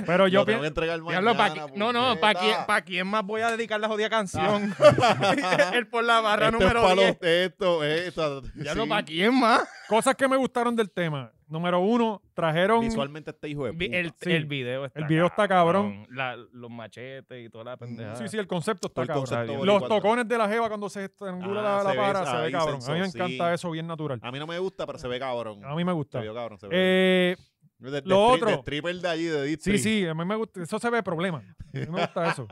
pero yo Lo pienso. tengo que entregar Diablo, pa' mañana, qui- no, no, ¿para quién, puñeta. pa' quién más voy a dedicar la jodida canción? él por la barra Esto es número pa' los- 10. Esto, esto. Diablo, sí. ¿para quién más? Cosas que me gustaron del tema. Número uno, trajeron. Visualmente este hijo de vi- puta. el, Sí. el video está El video está cabrón. La- los machetes y toda Mm. la pendejada. Sí, sí, el concepto está El cabrón. concepto Los boricua. tocones de la jeva cuando se estrangula Ah, la, la se ve para esa- se ve ahí cabrón. se A mí me hizo, encanta sí. eso, bien natural. A mí no me gusta, pero se ve cabrón. A mí me gusta. Se vio cabrón, se ve. Eh, De- de lo stri- otro. De stripper de allí, de Sí, District. sí, a mí me gusta. Eso se ve problema. A mí me gusta eso.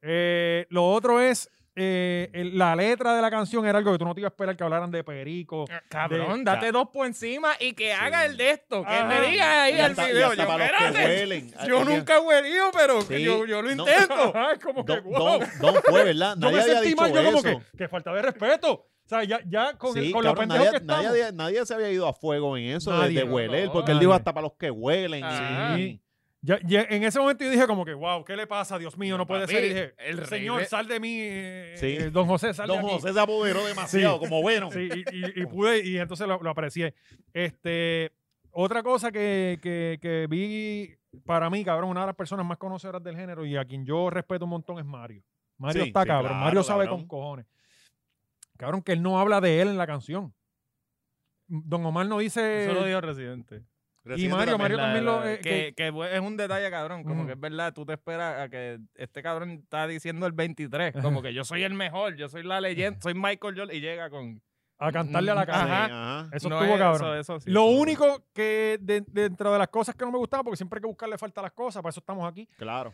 Eh, lo otro es. eh, el- la letra de la canción era algo que tú no te ibas a esperar que hablaran de perico. Cabrón, de- date dos por encima y que haga el de esto. Que Ajá. te diga ahí Y el hasta- y video. hasta Yo, para los que espérate, huelen. yo Ay, nunca he huelido, pero que Sí. yo, yo lo No. intento. Ajá, Ah, es como que, Don, wow. Don, Don fue, ¿verdad? yo Nadie me había sentí dicho mal, yo como eso. que, que falta de respeto. O sea, ya, ya con, el- Sí, con cabrón, lo pendejo nadie, que nadie estamos. había- nadie se había ido a fuego en eso de- Nadie, de, no, hueler, no, porque él dijo nadie. hasta para los que huelen. Ah. Sí. Ya- ya en ese momento yo dije como que, wow, ¿qué le pasa? Dios mío, no puede Papi, ser. Y dije, el rey señor, de- sal de mí. eh, Sí. eh, Don José, sal de Don aquí". José se apoderó demasiado, Sí. como bueno. Sí, y, y- y pude, y entonces lo, lo aprecié. Este, otra cosa que, que- que vi para mí, cabrón, una de las personas más conocedoras del género y a quien yo respeto un montón es Mario. Mario Sí, está sí, cabrón, claro, Mario sabe cabrón. con cojones. Cabrón, que él no habla de él en la canción. Don Omar no dice. Eso lo dijo Residente. y Residente Mario, también. Mario La- también la- lo. eh, que, que fue- es un detalle, cabrón. Como Ujú. que es verdad, tú te esperas a que este cabrón está diciendo el 23. Como que yo soy el mejor, yo soy la leyenda, soy Michael Jordan y llega con. a cantarle a la Mm, Ajá. Sí, canción. ajá. Eso No estuvo es- cabrón. eso sí, lo estuvo- único que de- dentro de las cosas que no me gustaba, porque siempre hay que buscarle falta a las cosas, para eso estamos aquí. Claro.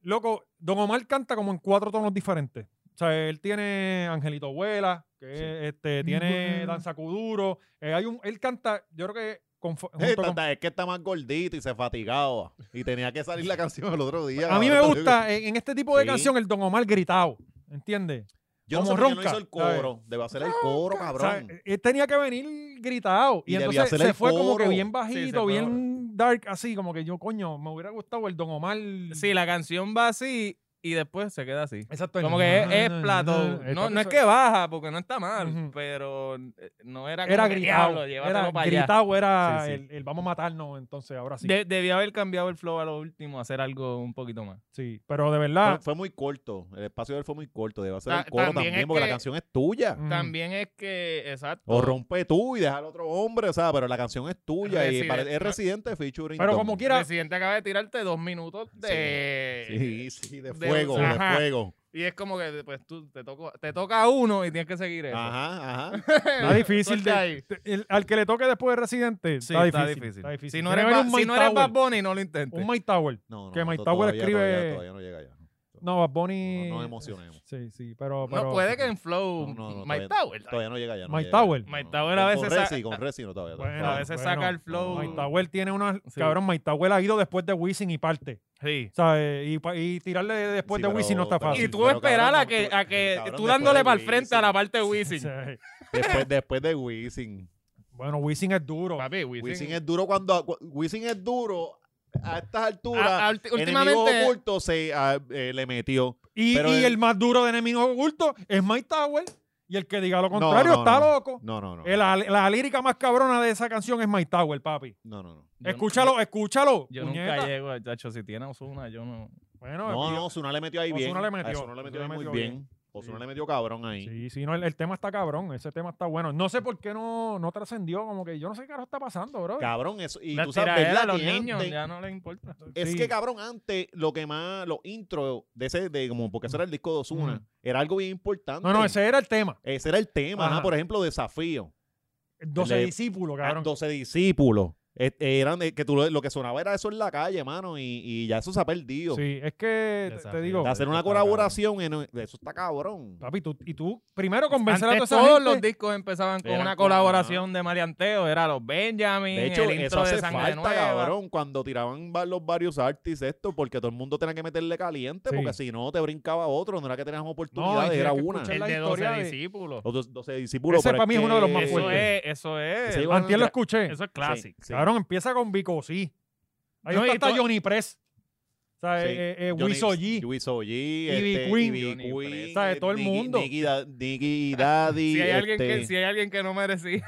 Loco, Don Omar canta como en cuatro tonos diferentes. O sea, él tiene Angelito Vuela, que es, este, tiene Danza Kuduro. eh, hay un, él canta, yo creo que con, fo- junto Eh, con- tata, es que está más gordito y se fatigaba. Y tenía que salir la canción el otro día. A mí me cabrón. gusta en, en este tipo de Sí. canción el Don Omar gritado, ¿entiendes? Yo no sé como por qué no ronca, hizo el coro. Debe hacer el coro, O sea, e, cabrón. él tenía que venir gritado. Y, Y debía entonces hacer se el fue como que coro. bien Sí, se bajito, fue bien dark, así, como que yo, coño, me hubiera gustado el Don Omar. Sí, la canción va así y después se queda así. Exacto. el Como que es, na, es na, plato. na, na. No, no es Eso- que baja, porque no está mal, Ujú. pero eh, no era como era que, gritado. "Diablo, llévatelo Era para allá". gritado, era Sí, sí. El, el vamos a matarnos, entonces ahora sí. De- debía haber cambiado el flow a lo último, hacer algo un poquito más. sí, pero de Fue, verdad. fue muy corto. El espacio de él fue muy corto. Debe hacer Ta- el coro también también, es porque que- la canción es tuya. mm, También es que, exacto. O rompe tú y deja al otro hombre, o sea, pero la canción es tuya y Residente. pare- es residente featuring. Pero Don. como El quiera, presidente acaba de tirarte dos minutos de. Sí, sí, de de- fuego, de, ajá. fuego. Y es como que pues, tú te, toco- te toca uno y tienes que seguir eso. Ajá, ajá. está difícil. Suelta de- ahí. te- el- al que le toque después de Residente, Sí, está, está difícil, difícil. está difícil. Si no Tiene eres, que haber Ba- un si Mike no eres Tower, Bad Bunny, no lo intentes. Un Mike Tower. No, no, Que Mike to- Tower todavía- escribe- Todavía, todavía no llega allá. No, Bad Bunny. No nos emocionemos. Sí, sí, No pero. pero- puede que en Flow. No, no, no, Mike todavía- Tower. Todavía no llega allá. no Mike llega allá. Tower. No, Mike no. Tower a Con- veces Con sa- Resi, con Resi no todavía. Bueno, todavía a no. veces saca el flow. Mike Tower tiene unas. Sí. Cabrón, Mike Tower ha ido después de Wisin y parte. Sí. O sea, eh, y, pa- y tirarle después Sí, de pero- Wisin no está pero- fácil. Y sí, tú pero esperar a cabrón, que, tú- a que cabrón, tú después dándole de para el frente a la parte de Sí. Wisin. Después, después de Wisin. Bueno, Wisin es duro. Papi, Wisin- Wisin es duro cuando. cu- Wisin es duro a estas alturas. A- a- Enemigo Ah, últimamente. oculto se ah, eh, le metió. Y, Pero y el- el más duro de enemigo oculto es Mike Tower. Y el que diga lo contrario no, está no. loco. No, no, no. Eh, La, la lírica más cabrona de esa canción es Mike Tower, papi. No, no, no. Yo- escúchalo, escúchalo. Yo puñeta. nunca llego, a- chacho, si tiene a Ozuna, yo no. Bueno, No, el- no, Zuna le metió ahí Ozuna bien. le metió, A Ozuna le metió Ozuna ahí le metió muy bien. Ozuna le metió cabrón ahí. Sí, sí, no, el, el tema está cabrón, ese tema está bueno. No sé por qué no, no trascendió, como que yo no sé qué carajo está pasando, bro. Cabrón, eso. Y La tú sabes, tiradera ¿verdad? a los Que niños antes- ya no les importa. Es Sí. que cabrón, antes lo que más, los intros de ese, de como porque ese era el disco de Ozuna, Ujú. era algo bien importante. No, no, ese era el tema. Ese era el tema, Ajá. ajá, por ejemplo, desafío. 12 Le- discípulos, a cabrón. 12 discípulos. Et- eran eh, que tú, lo- lo que sonaba era eso en la calle, mano, y, y ya eso se ha perdido. Sí, es que te- te, Desafío. digo, De hacer una Está cabrón. colaboración, en, eso está cabrón. papi, tú, y tú primero convencer a toda Antes esa todos gente- los discos empezaban con Eran una con- colaboración de Marianteo, era los Benjamin, De hecho, el intro eso hace de Sangre falta, Nueva. cabrón, cuando tiraban va- los varios artistas esto, porque todo el mundo tenía que meterle caliente, Sí. porque si no te brincaba otro, no era que tenías No, y oportunidades, tienes era que una. escuchar El la de 12 historia de- discípulos. Los dos- 12 discípulos. Ese pero para mí es uno de los más que- Eso fuertes. es, eso es. Ese iba- Antier lo escuché. Eso es clásico. Sí, sí. Cabrón, empieza con Vico, sí. Ahí No, y está hasta to- Johnny Press. O sea, Sí. eh, eh, eh, Johnny- Wiso G. Wiso G, Ivy este, Queen. Ivy Johnny Queen, Press. O sea, de todo el Nicky- mundo. Nicky, Da- Nicky Daddy. Si hay, alguien que, este- si hay alguien que no merecía.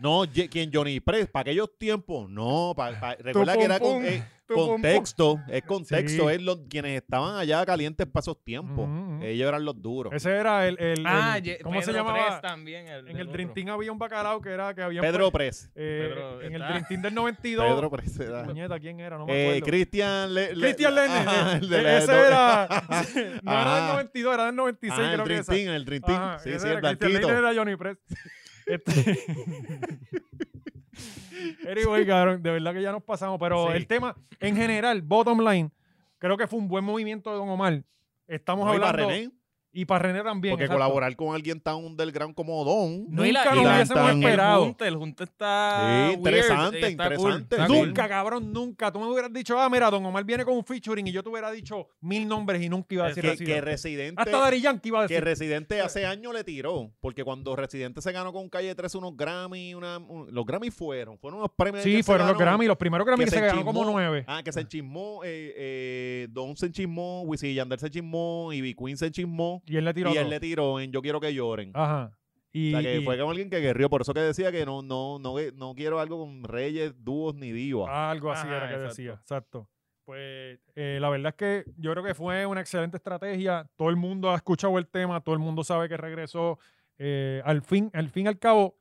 No, Ye- quien Johnny Press, para aquellos tiempos, no. pa- pa- recuerda que era con, pum, eh, tu pum, pum. contexto. Es contexto, Sí. es los, quienes estaban allá calientes para esos tiempos. Ujú, ujú. Ellos eran los duros. Ese era el. el- Ah, el- Ye- ¿Cómo se Pedro llamaba? Press también. El, En el Dream otro. Team había un bacalao que era que había. Pedro Press. eh, Pedro, en el está. Dream Team del 92. Pedro Press era. Puñeta, ¿quién era? No me Eh, acuerdo. Cristian Le- Le- Christian Lennon. Ajá, el de Eh, la- ese do- era. no era del Ajá. 92, era del 96, Ah, el creo que Dream esa. Team, el Dream Team. Ah. Ajá, sí, ese sí, era el Christian blanquito. Leitner, era Johnny Press. Este- Anyway, cabrón, de verdad que ya nos pasamos, pero Sí. el tema, en general, bottom line, creo que fue un buen movimiento de Don Omar. Estamos No, y para hablando. René, Y para René también. porque exacto. colaborar con alguien tan underground como Don. No, y la- Nunca y lo la- hubiésemos tan- esperado. El junte, el junte está. Sí, weird, interesante, y está interesante. cool, está cool. Nunca, cabrón, nunca. Tú me hubieras dicho, ah, mira, Don Omar viene con un featuring y yo te hubiera dicho mil nombres y nunca iba a que, decir que así. Residente. Hasta Dari Yankee iba a Que decir. Residente hace años le tiró, porque cuando Residente se ganó con Calle 13 unos Grammy, una, un- los Grammy fueron, fueron unos premios. que Sí, él se fueron los ganó. Grammy, los primeros Grammy que, que se se ganó como enchismó. nueve. Ah, que se enchismó, eh, eh, Don se enchismó, Wisin y Yandel se enchismó, Ivy Queen se enchismó, y él le tiró. y él dos. le tiró en Yo Quiero Que Lloren. Ajá. Y, o sea, que y- fue como alguien que guerrió, por eso que decía que no, no, no, no quiero algo con reyes, dúos ni divas. Algo así Ajá, era que exacto. decía, exacto. Pues eh, la verdad es que yo creo que fue una excelente estrategia. Todo el mundo ha escuchado el tema, todo el mundo sabe que regresó. eh, al fin, al fin y al cabo,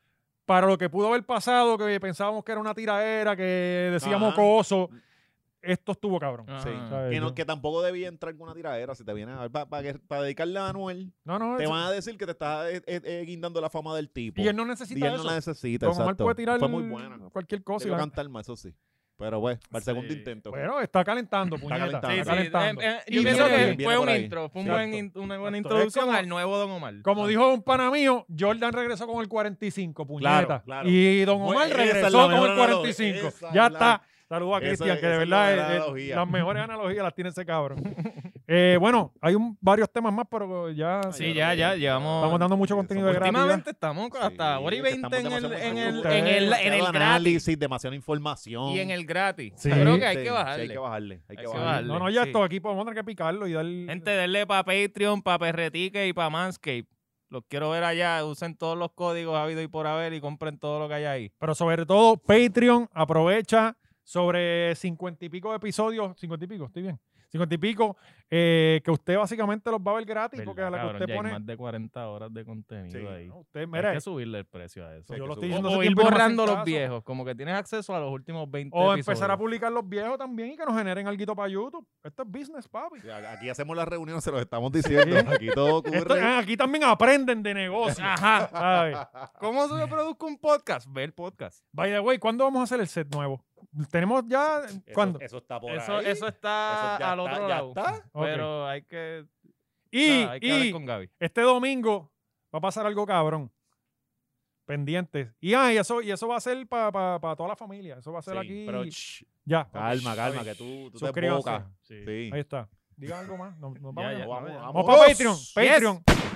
para lo que pudo haber pasado, que pensábamos que era una tiraera, que decíamos Ajá. coso, esto estuvo cabrón. Ajá. Sí. ¿sabes? que, no- Yo- que tampoco debía entrar con una tiradera si te viene a ver para dedicarle a Anuel. no, no, Te eso- van a decir que te estás eh, eh, eh, guindando la fama del tipo. y él no Y necesita él no eso. la necesita, Don Omar exacto. puede tirar Fue muy buena. cualquier cosa. y Debió la- cantar más, eso sí. Pero bueno, para el segundo intento. Bueno, está calentando, puñeta. Está calentando. Sí, sí, calentando. eh, eh, Y yo pienso viene- que viene fue por un ahí. intro, fue un Exacto. buen in- una buena Exacto. introducción Es como- al nuevo Don Omar. Como dijo un pana mío, Jordan regresó con el 45, puñeta. Claro, claro. Y Don Omar Bueno, esa es regresó la con mejor el analogía. 45. Esa ya es la- está. Saludos a Esa- Cristian, que esa de es la verdad eh, mejor eh, analogía. las mejores analogías las tiene ese cabrón. Eh, bueno, hay un, varios temas más, pero ya Sí, ya, ya, llevamos. estamos dando mucho Sí, contenido de somos- gratis. Últimamente estamos hasta Sí, hora y es que 20 estamos en el, demasiado en el, contentos. en el, en el Demasiado gratis. análisis, demasiada información. Y en el gratis. Sí. Yo creo Sí, que hay sí, que hay bajarle. que bajarle. Hay que que bajarle. bajarle. No, no, ya sí. esto aquí podemos tener que picarlo y dar. Gente, denle para Patreon, para Perretique y para Manscape. Los quiero ver allá. Usen todos los códigos habido y por haber y compren todo lo que hay ahí. Pero sobre todo, Patreon aprovecha sobre cincuenta y pico de episodios. Cincuenta y pico, estoy bien. Cincuenta y pico, eh, que usted básicamente los va a ver gratis, porque a la que Cabrón, usted ya hay pone. más de 40 horas de contenido Sí, eh, ahí. No, usted, Hay mira, que subirle el precio a eso. yo que lo estoy subir. diciendo o hace ir tiempo y no me hacen borrando los caso. viejos, como que tienes acceso a los últimos 20 O empezar a episodios. publicar los viejos también y que nos generen algo para YouTube. Esto es business, papi. Sí, Aquí hacemos la reunión, se los estamos diciendo. Aquí todo Esto- ocurre. ah, aquí también aprenden de negocio. Ajá. Ay. ¿Cómo se produzca un podcast? Ve el podcast. By the way, ¿cuándo vamos a hacer el set nuevo? Tenemos ya. Eso- ¿Cuándo? Eso está por Eso, ahí. eso está Eso ya al otro está, ya lado. está. Ok. Pero hay que, y nada, hay que y hablar con Gaby. este domingo va a pasar algo cabrón. Pendientes. Y, ah, y eso, y eso va a ser para toda la familia. Eso va a ser Sí, aquí. pero, shh, ya. calma, calma, que tú, tú te Suscríbanse. embocas. Sí. Ahí está. Diga algo más. Nos- nos vamos Ya, ya. ya. Vamos para Patreon. Yes. Patreon.